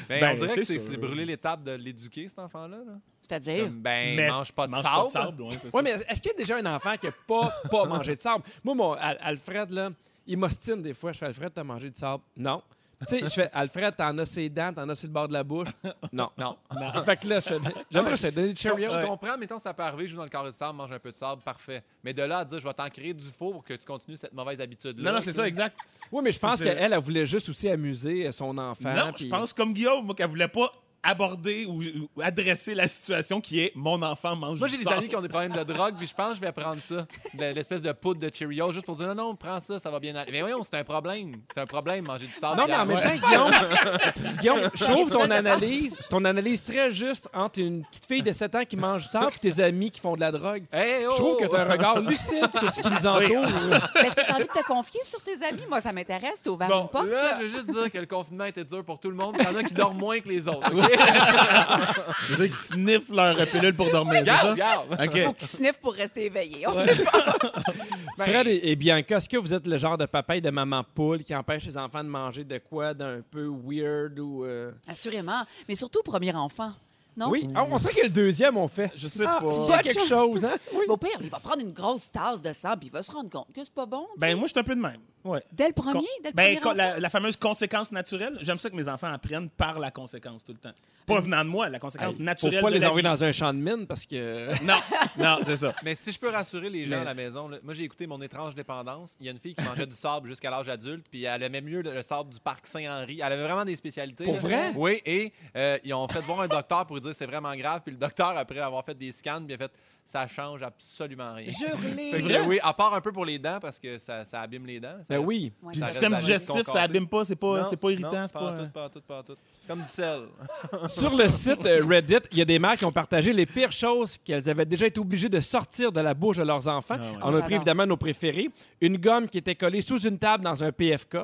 [SPEAKER 4] Ben,
[SPEAKER 2] on dirait
[SPEAKER 4] c'est
[SPEAKER 2] que c'est
[SPEAKER 4] sûr.
[SPEAKER 2] c'est brûler l'étape de l'éduquer, cet enfant-là. là.
[SPEAKER 3] C'est-à-dire.
[SPEAKER 2] Comme, Ben,
[SPEAKER 4] Mais-
[SPEAKER 2] mange pas de
[SPEAKER 4] mange
[SPEAKER 2] sable.
[SPEAKER 4] pas de sable. ouais, c'est ça.
[SPEAKER 1] Oui, mais est-ce qu'il y a déjà un enfant qui n'a pas, pas mangé de sable? Moi, mon Al- Alfred, là, il m'ostine des fois. Je fais, Alfred, t'as mangé du sable? Non. Tu sais, je fais, Alfred, t'en as ses dents, t'en as sur le bord de la bouche? Non. Non. Fait que là, je fais, j'aimerais ça donner des Cheerios.
[SPEAKER 2] Je comprends, mettons, ça peut arriver, je joue dans le carré de sable, mange un peu de sable, parfait. Mais de là à dire, je vais t'en créer du faux pour que tu continues cette mauvaise habitude-là.
[SPEAKER 4] Non, non, c'est ça, exact.
[SPEAKER 1] Oui, mais je pense
[SPEAKER 4] Ça, c'est-
[SPEAKER 1] qu'elle, elle voulait juste aussi amuser son enfant.
[SPEAKER 4] Non, je
[SPEAKER 1] puis-
[SPEAKER 4] pense comme Guillaume, moi, qu'elle voulait pas aborder ou, ou adresser la situation qui est mon enfant mange
[SPEAKER 2] Moi,
[SPEAKER 4] du
[SPEAKER 2] j'ai des
[SPEAKER 4] sable.
[SPEAKER 2] amis qui ont des problèmes de drogue, puis je pense que je vais prendre ça. De- L'espèce de poudre de Cheerios, juste pour dire non, non, prends ça, ça va bien aller. Mais voyons, c'est un problème. C'est un problème, manger du sable.
[SPEAKER 1] Non, mais en
[SPEAKER 2] mais
[SPEAKER 1] même temps, Guillaume, Guillaume, je trouve ton analyse, ton analyse très juste entre une petite fille de 7 ans qui mange du sable et tes amis qui font de la drogue. Je
[SPEAKER 2] oh,
[SPEAKER 1] trouve que tu as un regard lucide sur ce qui nous entoure.
[SPEAKER 3] Mais Est-ce que t'as envie de te confier sur tes amis? Moi, ça m'intéresse. T'as ouvert une
[SPEAKER 2] Bon,
[SPEAKER 3] porte.
[SPEAKER 2] oh. là,
[SPEAKER 3] là.
[SPEAKER 2] je veux juste dire que le confinement était dur pour tout le monde. Il y en a qui dorment moins que les autres. OK?
[SPEAKER 4] Je veux dire qu'ils sniffent leur euh, pilule pour dormir, c'est ça?
[SPEAKER 2] Regarde, regarde.
[SPEAKER 3] Faut
[SPEAKER 4] OK.
[SPEAKER 3] qu'ils sniffent pour rester éveillés. On sait pas.
[SPEAKER 1] Fred et, et Bianca, est-ce que vous êtes le genre de papa et de maman poule qui empêche les enfants de manger de quoi d'un peu weird ou. euh,
[SPEAKER 3] Assurément. Mais surtout au premier enfant. Non?
[SPEAKER 1] Oui, Ah, on dirait que le deuxième, on fait.
[SPEAKER 4] Je sais
[SPEAKER 1] Ah,
[SPEAKER 4] pas.
[SPEAKER 1] Il y a quelque chose, hein? Oui.
[SPEAKER 3] Mon père, il va prendre une grosse tasse de sable puis il va se rendre compte que c'est pas bon. tu sais.
[SPEAKER 4] Ben, moi, je suis un peu de même. Ouais.
[SPEAKER 3] dès le
[SPEAKER 4] Con-
[SPEAKER 3] premier, dès le
[SPEAKER 4] ben,
[SPEAKER 3] premier
[SPEAKER 4] con-
[SPEAKER 3] enfant.
[SPEAKER 4] la, la fameuse conséquence naturelle, j'aime ça que mes enfants apprennent par la conséquence tout le temps. Pas venant de moi, la conséquence
[SPEAKER 1] Faut
[SPEAKER 4] naturelle.
[SPEAKER 1] pas
[SPEAKER 4] de
[SPEAKER 1] les
[SPEAKER 4] la
[SPEAKER 1] envoyer
[SPEAKER 4] vie.
[SPEAKER 1] dans un champ de mine parce que.
[SPEAKER 4] Non, non, c'est ça.
[SPEAKER 2] Mais si je peux rassurer les gens
[SPEAKER 4] Mais-
[SPEAKER 2] à la maison, là, moi j'ai écouté mon étrange dépendance. Il y a une fille qui mangeait du sable jusqu'à l'âge adulte, puis elle aimait mieux le, le sable du parc Saint-Henri. Elle avait vraiment des spécialités.
[SPEAKER 1] Pour
[SPEAKER 2] là.
[SPEAKER 1] vrai?
[SPEAKER 2] Oui, et euh, ils ont fait voir un docteur pour lui dire c'est vraiment grave, puis le docteur, après avoir fait des scans, bien fait ça change absolument rien.
[SPEAKER 3] Jurler.
[SPEAKER 2] Fait que, oui, à part un peu pour les dents parce que ça, ça abîme les dents. ça
[SPEAKER 1] Ben
[SPEAKER 2] reste-
[SPEAKER 1] oui.
[SPEAKER 3] Ouais,
[SPEAKER 4] Puis
[SPEAKER 3] ça-
[SPEAKER 4] le
[SPEAKER 2] reste
[SPEAKER 4] système
[SPEAKER 2] la vie
[SPEAKER 4] digestif,
[SPEAKER 2] concassée.
[SPEAKER 4] ça abîme pas, c'est pas,
[SPEAKER 2] Non,
[SPEAKER 4] c'est pas
[SPEAKER 2] non,
[SPEAKER 4] irritant. c'est
[SPEAKER 2] pas en
[SPEAKER 4] pas,
[SPEAKER 2] tout, pas en tout, pas en tout. C'est comme du sel.
[SPEAKER 1] Sur le site euh, Reddit, il y a des mères qui ont partagé les pires choses qu'elles avaient déjà été obligées de sortir de la bouche de leurs enfants.
[SPEAKER 4] Ah ouais.
[SPEAKER 1] On a pris
[SPEAKER 3] J'adore.
[SPEAKER 1] évidemment nos préférés. Une gomme qui était collée sous une table dans un PFK.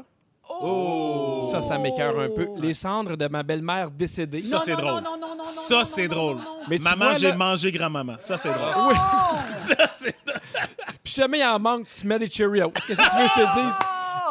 [SPEAKER 3] Oh!
[SPEAKER 1] Ça, ça m'écœure un peu. Les cendres de ma belle-mère décédée.
[SPEAKER 4] Ça, c'est
[SPEAKER 3] non,
[SPEAKER 4] drôle.
[SPEAKER 3] non, non, non, non, non,
[SPEAKER 4] Ça,
[SPEAKER 3] non,
[SPEAKER 4] c'est
[SPEAKER 3] non,
[SPEAKER 4] drôle.
[SPEAKER 3] non, Ah, non.
[SPEAKER 1] Mais tu
[SPEAKER 4] Maman,
[SPEAKER 1] vois,
[SPEAKER 4] j'ai
[SPEAKER 1] là-
[SPEAKER 4] mangé grand-maman. Ça, c'est drôle. Ça, c'est drôle.
[SPEAKER 1] Puis jamais il en manque, tu mets des Cheerios. Qu'est-ce que tu veux que je te dise?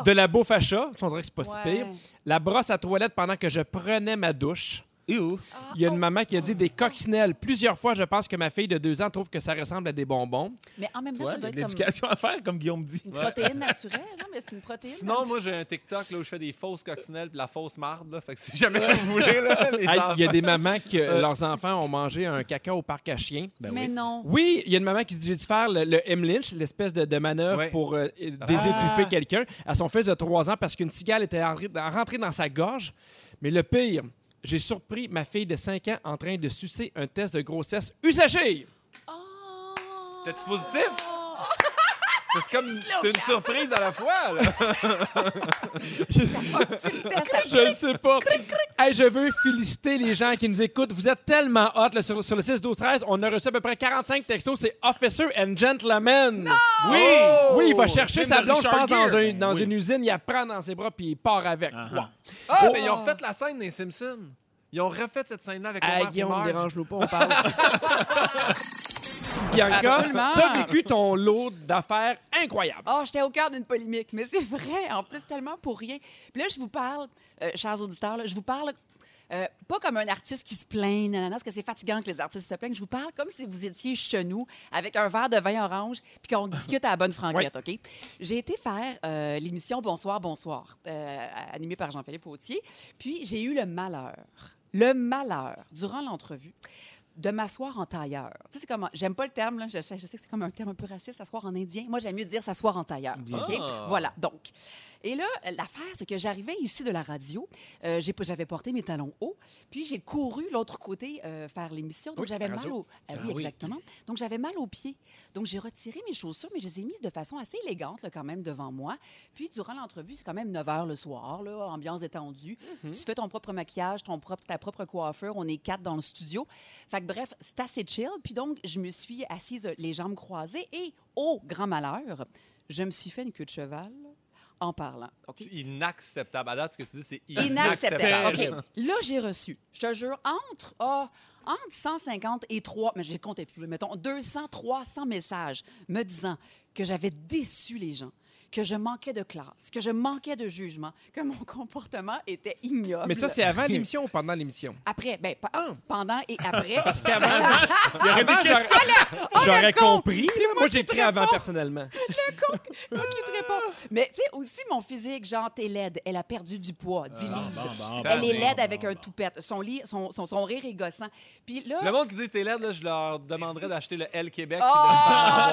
[SPEAKER 1] De la bouffe à chat, tu on dirait que c'est pas si
[SPEAKER 3] Ouais.
[SPEAKER 1] pire. La brosse à toilette pendant que je prenais ma douche.
[SPEAKER 4] Ew.
[SPEAKER 1] Il y a une maman qui a dit des coccinelles. Plusieurs fois, je pense que ma fille de deux ans trouve que ça ressemble à des bonbons.
[SPEAKER 3] Mais en même temps,
[SPEAKER 4] Ouais,
[SPEAKER 3] ça
[SPEAKER 4] il y
[SPEAKER 3] doit
[SPEAKER 4] a de
[SPEAKER 3] être comme
[SPEAKER 4] l'éducation à faire, comme Guillaume dit.
[SPEAKER 3] une protéine naturelle. hein, mais c'est une protéine
[SPEAKER 2] Sinon, moi j'ai un TikTok là, où je fais des fausses coccinelles puis la fausse marde. Là, fait que si jamais vous voulez, là, les
[SPEAKER 1] Hey,
[SPEAKER 2] enfants-
[SPEAKER 1] Il y a des mamans qui, euh, leurs enfants ont mangé un caca au parc à chiens.
[SPEAKER 3] Mais non.
[SPEAKER 1] ben Oui, il y a une maman qui dit j'ai dû faire le, le M. Lynch, l'espèce de, de manœuvre
[SPEAKER 2] Ouais.
[SPEAKER 1] pour euh,
[SPEAKER 4] Ah.
[SPEAKER 1] désétouffer quelqu'un à son fils de 3 ans parce qu'une cigale était en- en- rentrée dans sa gorge. Mais le pire, j'ai surpris ma fille de 5 ans en train de sucer un test de grossesse usagé.
[SPEAKER 3] Oh! Ah!
[SPEAKER 2] T'es-tu positif? C'est comme c'est une surprise à la fois. Là.
[SPEAKER 3] Ça fuck-tu le test?
[SPEAKER 1] Je ne sais pas. Hey, je veux féliciter les gens qui nous écoutent. Vous êtes tellement hot là, sur, sur le 6 12 13 On a reçu à peu près 45 textos. C'est Officer and Gentleman.
[SPEAKER 2] Oui.
[SPEAKER 1] oui, il va chercher
[SPEAKER 4] Oh! Film
[SPEAKER 1] sa
[SPEAKER 4] de
[SPEAKER 1] blonde, je
[SPEAKER 4] Richard
[SPEAKER 1] pense, dans,
[SPEAKER 4] Gere.
[SPEAKER 1] un- dans
[SPEAKER 4] Oui. Uh-huh.
[SPEAKER 1] une usine. Il la prend dans ses bras puis il part avec. Wow.
[SPEAKER 2] Ah, mais ils
[SPEAKER 1] Oh!
[SPEAKER 2] ont refait la scène des Simpsons. Ils ont refait cette scène-là avec
[SPEAKER 1] Hey,
[SPEAKER 2] Homer puis
[SPEAKER 1] Guillaume,
[SPEAKER 2] Marge.
[SPEAKER 1] dérange-nous pas, on parle. Bianca,
[SPEAKER 3] Absolument.
[SPEAKER 1] t'as vécu ton lot d'affaires incroyables.
[SPEAKER 3] Oh, j'étais au cœur d'une polémique, mais c'est vrai, en plus, tellement pour rien. Puis là, je vous parle, euh, chers auditeurs, là, je vous parle euh, pas comme un artiste qui se plaint, nanana, parce que c'est fatigant que les artistes se plaignent. Je vous parle comme si vous étiez chez nous, avec un verre de vin orange, puis qu'on discute à la bonne franquette, OK? J'ai été faire euh, l'émission Bonsoir, bonsoir, euh, animée par Jean-Philippe Autier, puis j'ai eu le malheur, le malheur, durant l'entrevue, de m'asseoir en tailleur. Tu sais, c'est comme... J'aime pas le terme, là. Je sais, je sais que c'est comme un terme un peu raciste, s'asseoir en indien. Moi, j'aime mieux dire s'asseoir en tailleur. OK? Voilà, donc. Et là, l'affaire, c'est que j'arrivais ici de la radio. euh, j'ai- j'avais porté mes talons hauts. Puis j'ai couru l'autre côté euh, faire l'émission. Donc,
[SPEAKER 1] Oui,
[SPEAKER 3] j'avais
[SPEAKER 1] la
[SPEAKER 3] mal
[SPEAKER 1] radio.
[SPEAKER 3] au... Ah oui, exactement. Donc, j'avais mal aux pieds. Donc, j'ai retiré mes chaussures, mais je les ai mises de façon assez élégante, là, quand même, devant moi. Puis, durant l'entrevue, c'est quand même 9 h le soir, là, ambiance étendue. Tu fais ton propre maquillage, ton propre, ta propre coiffure. On est quatre dans le studio. Fait que, bref, c'est assez chill. Puis, donc, je me suis assise euh, les jambes croisées et, au grand malheur, je me suis fait une queue de cheval en parlant. OK?
[SPEAKER 2] Inacceptable. À date, ce que tu dis, c'est inacceptable.
[SPEAKER 3] Inacceptable. OK. Là, j'ai reçu, je te jure, entre, ah, entre 150 et 3, mais j'ai compté plus, mettons 200, 300 messages me disant que j'avais déçu les gens, que je manquais de classe, que je manquais de jugement, que mon comportement était ignoble.
[SPEAKER 1] Mais ça, c'est avant l'émission ou pendant l'émission?
[SPEAKER 3] Après, ben, pa- pendant et après. Parce
[SPEAKER 1] qu'avant, Avant,
[SPEAKER 3] Oh, le
[SPEAKER 1] J'aurais
[SPEAKER 3] con!
[SPEAKER 1] compris. là. Moi, j'ai pris avant personnellement.
[SPEAKER 3] Moi qui te réponds. Mais tu sais, aussi mon physique, genre, t'es laide. Elle a perdu du poids, 10
[SPEAKER 1] Ah.
[SPEAKER 3] livres. Elle
[SPEAKER 4] ben,
[SPEAKER 3] est laide avec un toupette. Son, lit, son, son, son rire est gossant. Puis là...
[SPEAKER 2] Le monde qui dit que c'est laide, là, je leur demanderais d'acheter le L Québec.
[SPEAKER 3] Oh,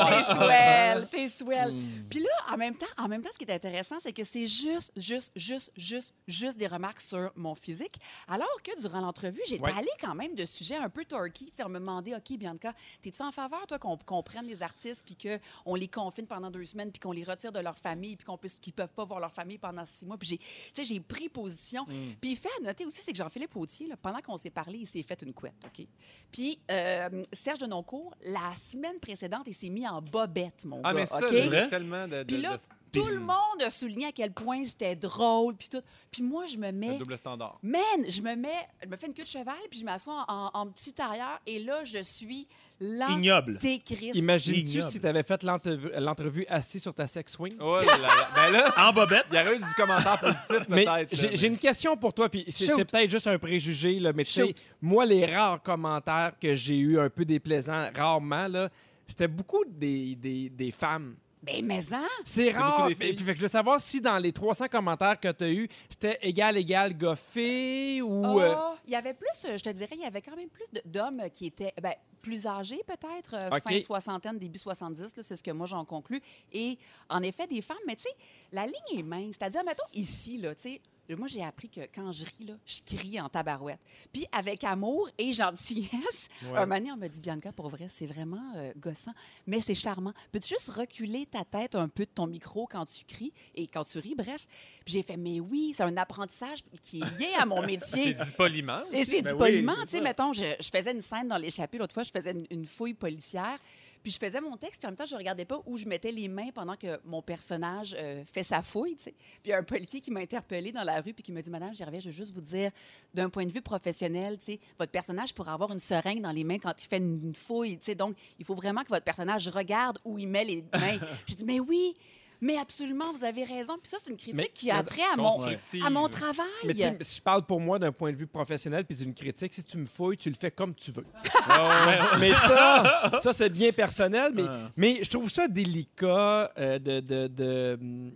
[SPEAKER 3] t'es swell, t'es swell. Puis là, en même temps, en même temps, ce qui est intéressant, c'est que c'est juste, juste, juste, juste, juste des remarques sur mon physique. Alors que durant l'entrevue, j'étais
[SPEAKER 1] Ouais.
[SPEAKER 3] allée quand même de sujets un peu torqués. Tu sais, on me demandait, OK, Bianca, t'es-tu en faveur, toi, qu'on qu'on prenne les artistes puis qu'on les confine pendant deux semaines puis qu'on les retire de leur famille puis qu'on puisse- qu'ils peuvent pas voir leur famille pendant six mois? Puis j'ai, tu sais, j'ai pris position.
[SPEAKER 2] Mm.
[SPEAKER 3] Puis fait à noter aussi, c'est que Jean-Philippe Autier, là, pendant qu'on s'est parlé, il s'est fait une couette, OK? Puis euh, Serge de Noncourt, la semaine précédente, il s'est mis en bobette, mon
[SPEAKER 2] Ah,
[SPEAKER 3] gars.
[SPEAKER 2] mais ça,
[SPEAKER 3] OK?
[SPEAKER 2] j'ai
[SPEAKER 4] vrai?
[SPEAKER 2] tellement de, de-
[SPEAKER 3] Puis là,
[SPEAKER 2] de-
[SPEAKER 3] tout le monde a souligné à quel point c'était drôle, puis tout. Puis moi, je me
[SPEAKER 2] de
[SPEAKER 3] mets...
[SPEAKER 2] double standard.
[SPEAKER 3] Man, je me mets... Je me fais une queue de cheval, puis je m'assois en, en- en petit tailleur, et là, je suis lente
[SPEAKER 4] Ignoble.
[SPEAKER 3] Christ.
[SPEAKER 1] Imagine-tu
[SPEAKER 4] Ignoble.
[SPEAKER 1] si t'avais fait l'entrevue l'entrevue assis sur ta sex swing?
[SPEAKER 2] Oh là là. Ben là,
[SPEAKER 4] En bobette.
[SPEAKER 2] il y aurait eu du commentaire positif, peut-être.
[SPEAKER 1] Mais
[SPEAKER 2] là,
[SPEAKER 1] j'ai
[SPEAKER 2] mais-
[SPEAKER 1] j'ai une question pour toi, puis c'est
[SPEAKER 3] Shoot.
[SPEAKER 1] c'est peut-être juste un préjugé, là, mais tu sais,
[SPEAKER 3] Shoot.
[SPEAKER 1] moi, les rares commentaires que j'ai eu un peu déplaisants, rarement, là, c'était beaucoup des, des, des femmes.
[SPEAKER 3] Ben, mais hein?
[SPEAKER 1] C'est rare.
[SPEAKER 2] beaucoup des
[SPEAKER 1] mais-
[SPEAKER 2] filles.
[SPEAKER 1] puis, fait que je veux savoir si dans les 300 commentaires que tu as eu, c'était égal, égal, goffé ou. euh,
[SPEAKER 3] Ah, il y avait plus, euh, je te dirais, il y avait quand même plus de- d'hommes qui étaient ben, plus âgés, peut-être, euh,
[SPEAKER 1] OK.
[SPEAKER 3] fin soixantaine, début 70, là, c'est ce que moi j'en conclus. Et en effet, des femmes, mais tu sais, la ligne est mince. C'est-à-dire, mettons, ici, là, tu sais, moi j'ai appris que quand je ris, là, je crie en tabarouette. Puis avec amour et gentillesse, un moment donné, on me dit, Bianca, pour vrai, c'est vraiment euh, gossant, mais c'est charmant. Peux-tu juste reculer ta tête un peu de ton micro quand tu cries et quand tu ris, bref? Puis j'ai fait, mais oui, c'est un apprentissage qui est lié à mon métier.
[SPEAKER 2] C'est dit poliment.
[SPEAKER 3] Et c'est
[SPEAKER 4] Ben
[SPEAKER 3] du
[SPEAKER 4] oui,
[SPEAKER 3] poliment,
[SPEAKER 4] c'est
[SPEAKER 3] tu sais,
[SPEAKER 4] ça.
[SPEAKER 3] mettons, je, je faisais une scène dans l'échappée l'autre fois, je faisais une, une fouille policière, puis je faisais mon texte, puis en même temps, je regardais pas où je mettais les mains pendant que mon personnage euh, fait sa fouille, tu sais. Puis il y a un policier qui m'a interpellé dans la rue, puis qui me dit, Madame Gervais, je veux juste vous dire, d'un point de vue professionnel, tu sais, votre personnage pourra avoir une seringue dans les mains quand il fait une, une fouille, tu sais. Donc, il faut vraiment que votre personnage regarde où il met les mains. je dis, mais oui. Mais absolument, vous avez raison. Puis ça, c'est une critique
[SPEAKER 1] Mais-
[SPEAKER 3] qui a
[SPEAKER 1] mais-
[SPEAKER 3] trait à mon,
[SPEAKER 2] constructive.
[SPEAKER 3] à mon travail.
[SPEAKER 1] Mais tu sais, si je parle pour moi d'un point de vue professionnel puis d'une critique, si tu me fouilles, tu le fais comme tu veux.
[SPEAKER 2] Ah
[SPEAKER 1] mais ça, ça c'est bien personnel, mais, mais je trouve ça délicat euh, de... de, de hum,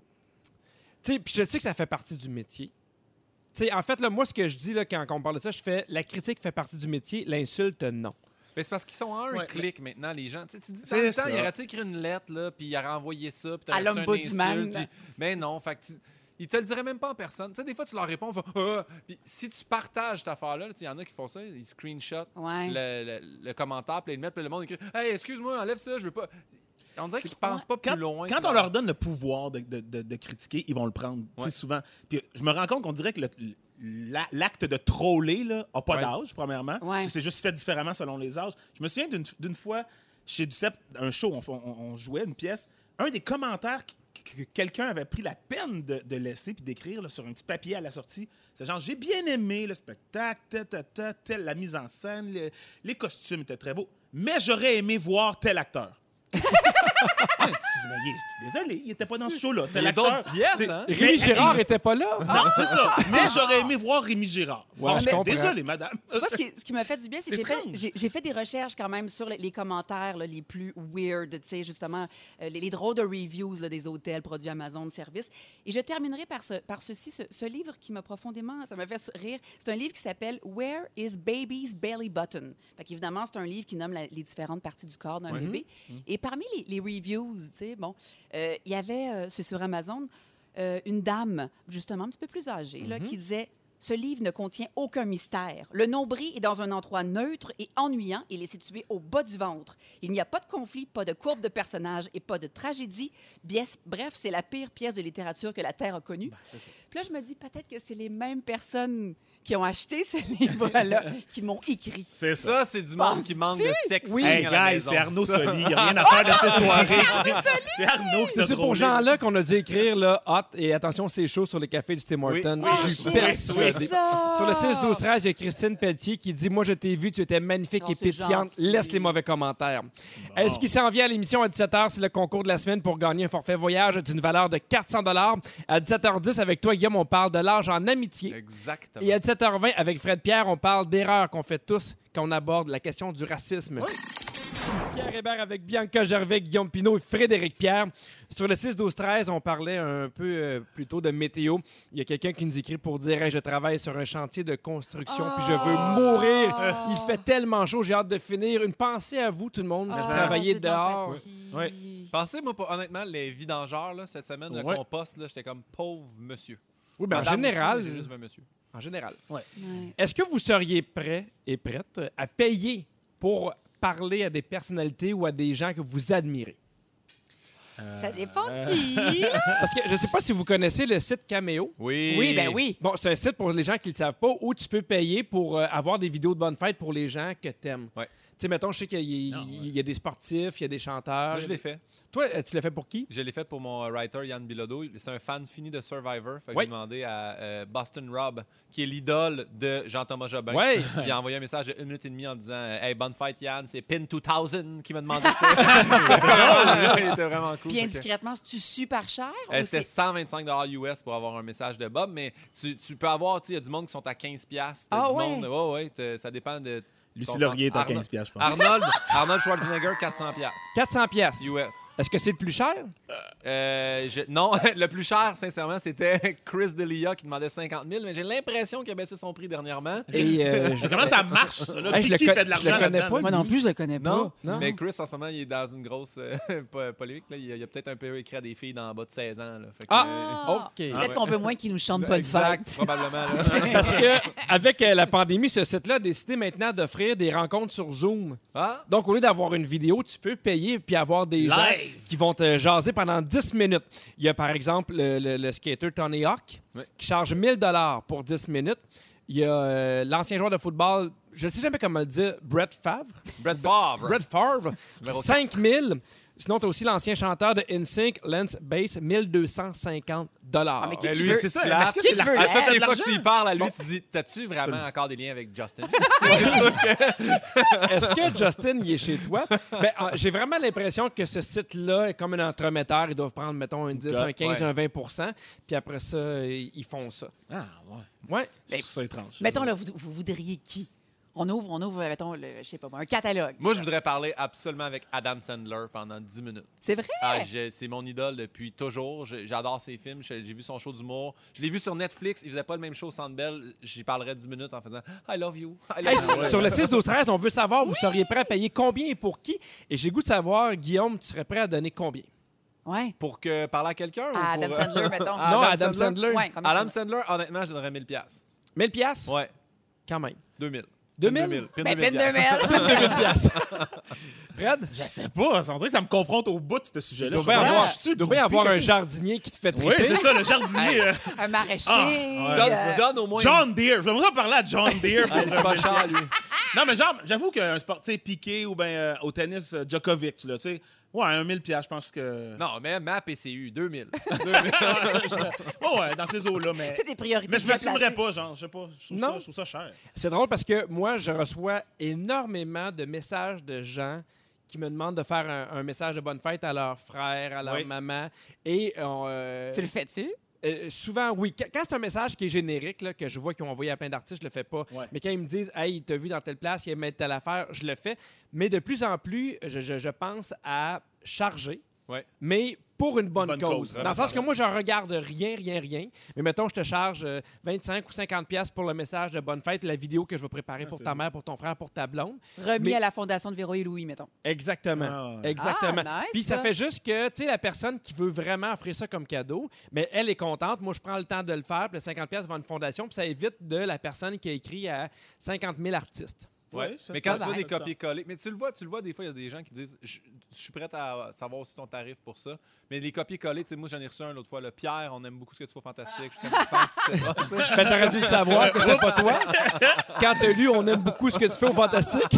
[SPEAKER 1] tu sais, puis je sais que ça fait partie du métier. Tu sais, en fait, là, moi, ce que je dis là, quand on parle de ça, je fais la critique fait partie du métier, l'insulte, non.
[SPEAKER 2] Mais c'est parce qu'ils sont à un
[SPEAKER 4] Ouais,
[SPEAKER 2] clic maintenant, les gens. Tu sais, tu dis, dans
[SPEAKER 4] C'est
[SPEAKER 2] le temps,
[SPEAKER 4] ça.
[SPEAKER 2] il aurait-tu écrit une lettre, là, puis il aurait envoyé ça, puis
[SPEAKER 3] À
[SPEAKER 2] t'aurais reçu un
[SPEAKER 3] l'ombudsman.
[SPEAKER 2] insulte, puis- Mais non, fait que tu- Ils te le diraient même pas en personne. Tu sais, des fois, tu leur réponds, ils font, Ah! Puis si tu partages cette affaire-là, tu sais, il y en a qui font ça, ils screenshotent
[SPEAKER 3] Ouais.
[SPEAKER 2] le, le- le commentaire, puis ils le mettent, puis le monde écrit Hey, excuse-moi, enlève ça, je veux pas. On dirait qu'ils pensent pas plus
[SPEAKER 4] Quand,
[SPEAKER 2] loin.
[SPEAKER 4] quand
[SPEAKER 2] que
[SPEAKER 4] on
[SPEAKER 2] la-
[SPEAKER 4] leur donne le pouvoir de, de- de- de critiquer, ils vont le prendre, tu sais,
[SPEAKER 2] Ouais.
[SPEAKER 4] souvent. Puis euh, je me rends compte qu'on dirait que le- la- l'acte de troller là, a pas
[SPEAKER 1] Ouais.
[SPEAKER 4] d'âge, premièrement.
[SPEAKER 3] Ouais.
[SPEAKER 4] C'est- C'est juste fait différemment selon les âges. Je me souviens d'une- d'une fois, chez Duceppe, un show, on, on- on jouait une pièce, un des commentaires que, que- que quelqu'un avait pris la peine de, de laisser puis d'écrire là, sur un petit papier à la sortie, c'est genre « J'ai bien aimé le spectacle, ta, ta, ta, telle- la mise en scène, le- les costumes étaient très beaux, mais j'aurais aimé voir tel acteur. » Ouais, Ben, tu- mais il est- Désolé, il n'était pas dans ce show-là.
[SPEAKER 2] Il
[SPEAKER 4] Tel
[SPEAKER 2] y a d'autres
[SPEAKER 4] acteur.
[SPEAKER 2] pièces,
[SPEAKER 4] C'est-
[SPEAKER 2] hein?
[SPEAKER 1] Rémi
[SPEAKER 4] Mais-
[SPEAKER 1] Girard
[SPEAKER 4] et-
[SPEAKER 1] était pas là.
[SPEAKER 4] Non, c'est ça. Mais j'aurais aimé voir Rémi Girard.
[SPEAKER 1] Ouais, je comprends.
[SPEAKER 4] Désolé, madame.
[SPEAKER 3] Tu vois, ce qui, ce qui m'a fait du bien, c'est que
[SPEAKER 4] C'est
[SPEAKER 3] j'ai fait,
[SPEAKER 4] étrange.
[SPEAKER 3] j'ai- j'ai fait des recherches quand même sur les, les commentaires là, les plus weird, tu sais, justement, euh, les, les drôles de reviews là, des hôtels, produits Amazon, de services. Et je terminerai par, ce, par ceci, ce, ce livre qui m'a profondément, ça m'a fait rire. C'est un livre qui s'appelle Where is Baby's Belly Button? Fait qu'évidemment, c'est un livre qui nomme la- les différentes parties du corps d'un bébé.
[SPEAKER 4] Mmh.
[SPEAKER 3] Et parmi les, les reviews, tu sais, bon, euh, il y avait, euh, c'est sur Amazon, euh, une dame, justement, un petit peu plus âgée, là,
[SPEAKER 4] Mmh.
[SPEAKER 3] qui disait ce livre ne contient aucun mystère. Le nombril est dans un endroit neutre et ennuyant. Il est situé au bas du ventre. Il n'y a pas de conflit, pas de courbe de personnage et pas de tragédie. Bies- Bref, c'est la pire pièce de littérature que la Terre a connue. Puis là, je me dis peut-être que c'est les mêmes personnes qui ont acheté ce livre-là qui m'ont écrit.
[SPEAKER 4] C'est ça.
[SPEAKER 2] Ça, c'est du monde qui
[SPEAKER 3] Penses-tu?
[SPEAKER 2] manque de sexe.
[SPEAKER 3] Oui.
[SPEAKER 4] Hey, guys, c'est Arnaud Soli. Il n'y a rien à faire de ces soirées. C'est Arnaud qui
[SPEAKER 1] C'est
[SPEAKER 4] t'a
[SPEAKER 1] sur pour
[SPEAKER 4] drôlé.
[SPEAKER 1] Jean-là qu'on a dû écrire là, hot et attention, c'est chaud sur les cafés du Tim Hortons.
[SPEAKER 2] Oui,
[SPEAKER 1] Je suis
[SPEAKER 3] shit,
[SPEAKER 1] persuadé.
[SPEAKER 3] c'est ça!
[SPEAKER 1] Sur le 6-12-13, il y a Christine Pelletier qui dit Moi, je t'ai vu, tu étais magnifique
[SPEAKER 3] Non,
[SPEAKER 1] et
[SPEAKER 3] c'est
[SPEAKER 1] pétillante.
[SPEAKER 3] gentil.
[SPEAKER 1] Laisse les mauvais commentaires. Est-ce qu'il s'en vient à l'émission à 17h C'est le concours de la semaine pour gagner un forfait voyage d'une valeur de 400 À 17h10, avec toi, Guillaume, on parle de l'âge en amitié.
[SPEAKER 2] Exactement.
[SPEAKER 1] Et à 17h20, avec Fred Pierre, on parle d'erreurs qu'on fait tous quand on aborde la question du racisme. Pierre Hébert avec Bianca Gervais, Guillaume Pinault et Frédéric Pierre. Sur le 6-12-13, on parlait un peu euh, plus tôt de météo. Il y a quelqu'un qui nous écrit pour dire Hey, Je travaille sur un chantier de construction puis je veux
[SPEAKER 3] Ah!
[SPEAKER 1] mourir. Il fait tellement chaud, j'ai hâte de finir. Une pensée à vous, tout le monde,
[SPEAKER 3] Ah,
[SPEAKER 1] travailler
[SPEAKER 3] j'ai de
[SPEAKER 1] dehors.
[SPEAKER 3] l'empathie.
[SPEAKER 2] Pensez, moi, pour- honnêtement, les vidangeurs, là, cette semaine, le
[SPEAKER 4] Ouais.
[SPEAKER 2] compost, là, j'étais comme pauvre monsieur.
[SPEAKER 1] Oui, ben, en
[SPEAKER 2] Madame
[SPEAKER 1] général,
[SPEAKER 2] aussi, mais j'ai juste vu un monsieur.
[SPEAKER 1] en général.
[SPEAKER 3] Ouais.
[SPEAKER 1] Est-ce que vous seriez prêt et prête à payer pour parler à des personnalités ou à des gens que vous admirez?
[SPEAKER 3] Ça dépend qui.
[SPEAKER 1] Parce que je ne sais pas si vous connaissez le site Cameo.
[SPEAKER 2] Oui.
[SPEAKER 3] Oui, ben oui.
[SPEAKER 1] Bon, c'est un site pour les gens qui ne le savent pas où tu peux payer pour euh, avoir des vidéos de bonne fête pour les gens que t'aimes.
[SPEAKER 2] Ouais.
[SPEAKER 1] Tu sais, mettons, je sais qu'il y, a-
[SPEAKER 4] Non, ouais.
[SPEAKER 1] il y a des sportifs, il y a des chanteurs.
[SPEAKER 2] Moi, Ah, je l'ai fait.
[SPEAKER 1] Toi, euh, tu l'as fait pour qui?
[SPEAKER 2] Je l'ai fait pour mon euh, writer Yann Bilodeau. C'est un fan fini de Survivor. Fait que
[SPEAKER 1] Oui.
[SPEAKER 2] j'ai demandé à euh, Boston Rob, qui est l'idole de Jean-Thomas Jobin.
[SPEAKER 1] Ouais.
[SPEAKER 2] Puis il a envoyé un message de une minute et demie en disant euh, Hey, bonne fête, Yann, c'est Pin 2000 qui m'a demandé. de faire. Il était vraiment cool.
[SPEAKER 3] Bien
[SPEAKER 2] Fait que-
[SPEAKER 3] discrètement, c'est-tu super cher?
[SPEAKER 2] Euh,
[SPEAKER 3] ou
[SPEAKER 2] C'était
[SPEAKER 3] c'est-
[SPEAKER 2] 125 US pour avoir un message de Bob, mais tu, tu peux avoir, tu sais, il y a du monde qui sont à 15 piastres,
[SPEAKER 3] Ah
[SPEAKER 2] du
[SPEAKER 3] ouais?
[SPEAKER 2] monde, ouais, ouais, t'as- ça dépend de...
[SPEAKER 4] Lucie
[SPEAKER 2] ton-
[SPEAKER 4] Laurier est à
[SPEAKER 2] Arno-
[SPEAKER 4] 15 piastres, je pense.
[SPEAKER 2] Arnold, Arnold Schwarzenegger, 400 piastres
[SPEAKER 1] 400 pièces.
[SPEAKER 2] US.
[SPEAKER 1] Est-ce que c'est le plus cher?
[SPEAKER 2] Euh, je- non, le plus cher, sincèrement, c'était Chris D'Elia qui demandait 50 000, mais j'ai l'impression qu'il a baissé son prix dernièrement.
[SPEAKER 1] Et euh, je...
[SPEAKER 4] Comment ça marche, ça? Là?
[SPEAKER 1] Hey,
[SPEAKER 4] qui
[SPEAKER 1] je le
[SPEAKER 4] qui
[SPEAKER 1] co-
[SPEAKER 4] fait de
[SPEAKER 1] je le
[SPEAKER 4] l'argent
[SPEAKER 1] connais
[SPEAKER 4] là-dedans?
[SPEAKER 1] pas.
[SPEAKER 3] Moi non plus, je le connais pas.
[SPEAKER 2] Non,
[SPEAKER 1] Non.
[SPEAKER 2] mais Chris, en ce moment, il est dans une grosse euh, po- polémique. là. Il a, il a peut-être un peu écrit à des filles d'en bas de 16 ans. là. Fait que- euh,
[SPEAKER 1] Ah, OK.
[SPEAKER 3] Peut-être qu'on veut moins qu'ils nous chantent pas de
[SPEAKER 2] Exact,
[SPEAKER 3] fête.
[SPEAKER 2] probablement. là.
[SPEAKER 1] Parce que avec euh, la pandémie, ce site-là a décidé maintenant d'offrir des rencontres sur Zoom.
[SPEAKER 2] Ah,
[SPEAKER 1] Donc, au lieu d'avoir une vidéo, tu peux payer puis avoir des gens
[SPEAKER 4] Live.
[SPEAKER 1] qui vont te jaser pendant 10 minutes. Il y a par exemple le, le- le skater Tony Hawk
[SPEAKER 2] Oui.
[SPEAKER 1] qui charge 1000 dollars pour 10 minutes. Il y a euh, l'ancien joueur de football, je ne sais jamais comment le dire, Brett Favre.
[SPEAKER 2] Brett Favre.
[SPEAKER 1] Brett Favre,
[SPEAKER 2] Numéro
[SPEAKER 1] 5000. Sinon, tu as aussi l'ancien chanteur de NSYNC, Lance Bass, 1250 dollars.
[SPEAKER 3] Ah, mais qui-
[SPEAKER 2] Mais
[SPEAKER 3] tu
[SPEAKER 2] Ben, lui,
[SPEAKER 3] veux-
[SPEAKER 2] c'est ça.
[SPEAKER 4] Est-ce
[SPEAKER 2] la-
[SPEAKER 4] que
[SPEAKER 3] Qui
[SPEAKER 4] c'est
[SPEAKER 3] veut
[SPEAKER 4] l'argent?
[SPEAKER 2] À
[SPEAKER 3] ça
[SPEAKER 2] chaque
[SPEAKER 4] de
[SPEAKER 2] fois que
[SPEAKER 4] l'argent?
[SPEAKER 2] tu y parles à lui, tu dis T'as-tu vraiment encore des liens avec Justin
[SPEAKER 1] Est-ce que Justin il est chez toi? Ben, euh, J'ai vraiment l'impression que ce site-là est comme un entremetteur. Ils doivent prendre, mettons, un 10,
[SPEAKER 4] Ok,
[SPEAKER 1] un 15,
[SPEAKER 2] ouais.
[SPEAKER 1] un 20 puis après ça, euh, ils font ça.
[SPEAKER 4] Ah, ouais.
[SPEAKER 1] Ouais.
[SPEAKER 4] Je trouve ça étrange.
[SPEAKER 3] Mettons, là, vous, vous voudriez qui? On ouvre, on ouvre, mettons, le, je sais pas moi, un catalogue.
[SPEAKER 2] Moi, je voudrais parler absolument avec Adam Sandler pendant 10 minutes.
[SPEAKER 3] C'est vrai?
[SPEAKER 2] Ah, je- c'est mon idole depuis toujours. Je- J'adore ses films. Je- J'ai vu son show d'humour. Je l'ai vu sur Netflix. Il faisait pas le même show au Centre Bell. J'y parlerais 10 minutes en faisant I love you. I love
[SPEAKER 1] Hey,
[SPEAKER 2] you.
[SPEAKER 1] sur- Sur le 6 12 13, on veut savoir, vous seriez prêt à payer combien et pour qui? Et j'ai goût de savoir, Guillaume, tu serais prêt à donner combien?
[SPEAKER 3] Ouais.
[SPEAKER 2] Pour que parler à quelqu'un ou
[SPEAKER 3] À Ah, Adam
[SPEAKER 2] pour-
[SPEAKER 3] Sandler, mettons.
[SPEAKER 1] non,
[SPEAKER 2] Adam
[SPEAKER 1] Ah, Adam
[SPEAKER 2] Sandler?
[SPEAKER 1] Sandler.
[SPEAKER 3] Ouais, combien
[SPEAKER 2] Adam
[SPEAKER 3] ça
[SPEAKER 2] Sandler, honnêtement, je donnerais 1000$.
[SPEAKER 1] 1000 pièces
[SPEAKER 2] Ouais,
[SPEAKER 1] Quand même.
[SPEAKER 2] 2000.
[SPEAKER 1] 2000?
[SPEAKER 2] 2000. Pin
[SPEAKER 3] Ben,
[SPEAKER 2] 2000
[SPEAKER 3] peine de merde.
[SPEAKER 1] 2000 piastres. Fred?
[SPEAKER 4] Je sais pas, on dirait que ça me confronte au bout de ce
[SPEAKER 1] Il
[SPEAKER 4] sujet-là.
[SPEAKER 1] devrait
[SPEAKER 4] Je
[SPEAKER 1] avoir,
[SPEAKER 4] suis
[SPEAKER 1] il devrait
[SPEAKER 4] groupie
[SPEAKER 1] avoir
[SPEAKER 4] comme
[SPEAKER 1] un
[SPEAKER 4] ça.
[SPEAKER 1] jardinier qui te fait
[SPEAKER 4] Oui,
[SPEAKER 1] triper.
[SPEAKER 4] c'est ça, le jardinier. euh,
[SPEAKER 3] Un
[SPEAKER 4] Ah,
[SPEAKER 3] maraîcher.
[SPEAKER 4] ouais.
[SPEAKER 2] Donne,
[SPEAKER 3] euh,
[SPEAKER 2] donne au moins.
[SPEAKER 4] John Deere. Je voudrais parler à John Deere. pour
[SPEAKER 2] Ah, il est pas cher, lui.
[SPEAKER 4] Non, mais genre, j'avoue qu'un sportif piqué ou ben euh, au tennis euh, Djokovic, là, tu sais, ouais, un 1000 piastres, je pense que.
[SPEAKER 2] Non, mais ma PCU, 2000.
[SPEAKER 4] Ouais, ouais, dans ces eaux-là, mais.
[SPEAKER 3] C'est des priorités.
[SPEAKER 4] Mais je
[SPEAKER 3] bien
[SPEAKER 4] m'assumerais
[SPEAKER 3] placées.
[SPEAKER 4] pas, genre, je sais pas. Je trouve,
[SPEAKER 1] Non.
[SPEAKER 4] Ça, je trouve ça cher.
[SPEAKER 1] C'est drôle parce que moi, je reçois énormément de messages de gens qui me demandent de faire un, un message de bonne fête à leur frère, à leur
[SPEAKER 4] Oui.
[SPEAKER 1] maman. Et on, euh,
[SPEAKER 3] Tu le fais-tu?
[SPEAKER 1] euh, souvent, oui. Qu- Quand c'est un message qui est générique, là, que je vois qu'ils ont envoyé à plein d'artistes, je le fais pas.
[SPEAKER 4] Ouais.
[SPEAKER 1] Mais quand ils me disent, hey, t'as vu dans telle place, il aimait telle affaire, je le fais. Mais de plus en plus, je, je- je pense à charger.
[SPEAKER 2] Ouais.
[SPEAKER 1] Mais pour une bonne,
[SPEAKER 4] bonne
[SPEAKER 1] cause.
[SPEAKER 4] cause,
[SPEAKER 1] Dans
[SPEAKER 4] hein,
[SPEAKER 1] le sens que
[SPEAKER 4] pareil.
[SPEAKER 1] moi, je regarde rien, rien, rien. Mais mettons, je te charge euh, 25 ou 50 pièces pour le message de bonne fête, la vidéo que je vais préparer pour
[SPEAKER 4] c'est
[SPEAKER 1] ta
[SPEAKER 4] beau.
[SPEAKER 1] mère, pour ton frère, pour ta blonde.
[SPEAKER 3] Remis
[SPEAKER 1] Mais-
[SPEAKER 3] à la fondation de Véro et Louis, mettons.
[SPEAKER 1] Exactement.
[SPEAKER 4] Ah ouais.
[SPEAKER 1] Exactement.
[SPEAKER 3] Ah, nice,
[SPEAKER 1] Puis ça
[SPEAKER 3] ça.
[SPEAKER 1] fait juste que, tu sais, la personne qui veut vraiment offrir ça comme cadeau, mais elle est contente. Moi, je prends le temps de le faire, puis le 50 pièces va à une fondation, puis ça évite de la personne qui a écrit à 50 000 artistes.
[SPEAKER 4] Ouais, ça,
[SPEAKER 2] mais
[SPEAKER 4] c'est
[SPEAKER 2] quand
[SPEAKER 4] pas
[SPEAKER 2] tu vois
[SPEAKER 4] mal.
[SPEAKER 2] des copier-coller, mais tu le vois, tu le vois des fois, il y a des gens qui disent Je je suis prêt à savoir aussi ton tarif pour ça. Mais les copier-coller, tu sais, moi j'en ai reçu un l'autre fois, le Pierre, on aime beaucoup ce que tu fais au fantastique. Je suis comme, Je pense que c'est bon, tu sais.
[SPEAKER 1] Ben, t'aurais dû le savoir que c'était pas toi. Quand t'as lu On aime beaucoup ce que tu fais au Fantastique.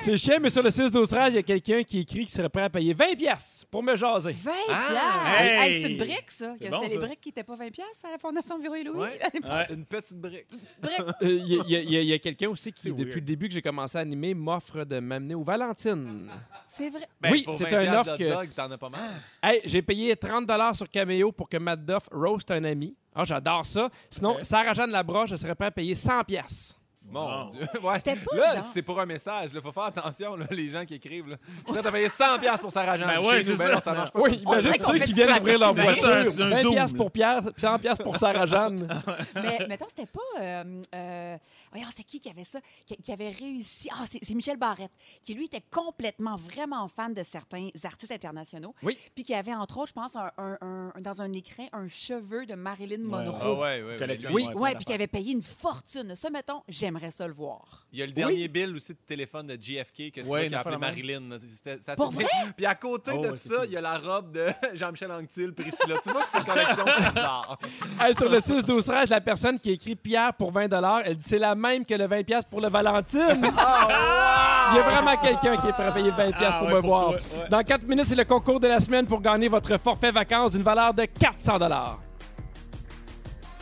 [SPEAKER 1] c'est chiant, mais sur le 6 12 13 il y a quelqu'un qui écrit qui serait prêt à payer 20 pièces pour me jaser.
[SPEAKER 3] 20
[SPEAKER 2] Ah,
[SPEAKER 3] piastres! Hey,
[SPEAKER 4] hey!
[SPEAKER 3] c'est une brique, ça. Que
[SPEAKER 4] C'est bon,
[SPEAKER 3] C'était les
[SPEAKER 4] ça.
[SPEAKER 3] briques qui n'étaient pas 20 piastres à la fondation de Véro et Louis.
[SPEAKER 2] Ouais.
[SPEAKER 3] l'année passée.
[SPEAKER 4] Ouais.
[SPEAKER 2] C'est une petite brique.
[SPEAKER 3] Petite brique.
[SPEAKER 1] Euh, Il y a- il y a, il y a- il y a quelqu'un aussi qui,
[SPEAKER 4] C'est
[SPEAKER 1] depuis
[SPEAKER 4] weird.
[SPEAKER 1] le début que j'ai commencé à animer, m'offre de m'amener au Valentine.
[SPEAKER 3] C'est vrai.
[SPEAKER 2] Ben,
[SPEAKER 1] oui,
[SPEAKER 2] pour
[SPEAKER 1] c'est
[SPEAKER 2] 20
[SPEAKER 1] un offre
[SPEAKER 2] de
[SPEAKER 1] que...
[SPEAKER 2] dog, t'en as pas mal.
[SPEAKER 1] Hey, j'ai payé 30 sur Cameo pour que Matt Duff roast un ami. Ah, j'adore ça. Sinon,
[SPEAKER 4] Ouais.
[SPEAKER 1] Sarah-Jeanne Labroche, je serais prêt à payer 100 pièces.
[SPEAKER 2] Mon
[SPEAKER 4] Wow.
[SPEAKER 2] Dieu. Ouais.
[SPEAKER 3] C'était pas
[SPEAKER 2] là,
[SPEAKER 3] genre-
[SPEAKER 2] c'est pour un message. Il faut faire attention, là, les gens qui écrivent. Là, là t'as payé 100$ pour Sarah Jeanne.
[SPEAKER 4] Ben ouais,
[SPEAKER 2] Chez nous,
[SPEAKER 4] c'est
[SPEAKER 2] ben
[SPEAKER 4] ça.
[SPEAKER 2] non, ça marche pas.
[SPEAKER 1] Oui,
[SPEAKER 3] On
[SPEAKER 1] imagine
[SPEAKER 3] dirait qu'on
[SPEAKER 1] ceux
[SPEAKER 3] fait
[SPEAKER 1] qui
[SPEAKER 3] du
[SPEAKER 1] viennent ouvrir leur
[SPEAKER 3] trafficking.
[SPEAKER 1] voiture.
[SPEAKER 4] C'est un- c'est un
[SPEAKER 1] 20
[SPEAKER 4] zoom,
[SPEAKER 1] piastres
[SPEAKER 4] là.
[SPEAKER 1] pour Pierre, 100 piastres pour Sarah-Jeanne.
[SPEAKER 3] Mais mettons, c'était pas. Euh, euh, voyons, c'est qui qui avait ça? Qui, qui avait réussi. Ah, c'est c'est Michel Barrette, qui lui était complètement, vraiment fan de certains artistes internationaux.
[SPEAKER 1] Oui.
[SPEAKER 3] Puis qui avait, entre autres, je pense, un- un- un- dans un écran, un cheveu de Marilyn Monroe.
[SPEAKER 2] Ah ouais, ouais, ouais.
[SPEAKER 4] Collection,
[SPEAKER 1] Oui.
[SPEAKER 4] ouais, plein
[SPEAKER 3] Ouais, puis
[SPEAKER 4] d'affaires.
[SPEAKER 3] qui avait payé une fortune. Ça, mettons, j'aimerais ça le voir.
[SPEAKER 2] Il y a le dernier bill aussi de téléphone de JFK que tu vois
[SPEAKER 4] Ouais,
[SPEAKER 2] qui a
[SPEAKER 4] une affaire de
[SPEAKER 2] appelé
[SPEAKER 4] même.
[SPEAKER 2] Marilyn. là. C'était- ça,
[SPEAKER 3] Pour
[SPEAKER 2] c'était- Puis à côté
[SPEAKER 4] Oh,
[SPEAKER 2] de
[SPEAKER 4] ouais, c'est
[SPEAKER 2] ça,
[SPEAKER 4] cool.
[SPEAKER 2] il y a la robe de Jean-Michel Anctil, Priscilla. tu vois que c'est une collection de bizarre.
[SPEAKER 1] Hey, sur le 6 12 13 la personne qui écrit Pierre pour 20 elle dit c'est la même que le 20 piastres pour le Valentine.
[SPEAKER 2] Ah,
[SPEAKER 1] Il y a vraiment quelqu'un qui est prêt à payer 20 piastres
[SPEAKER 4] Ah
[SPEAKER 1] pour
[SPEAKER 4] ouais,
[SPEAKER 1] me
[SPEAKER 4] pour
[SPEAKER 1] voir.
[SPEAKER 4] toi, ouais.
[SPEAKER 1] Dans 4 minutes, c'est le concours de la semaine pour gagner votre forfait vacances d'une valeur de 400 dollars.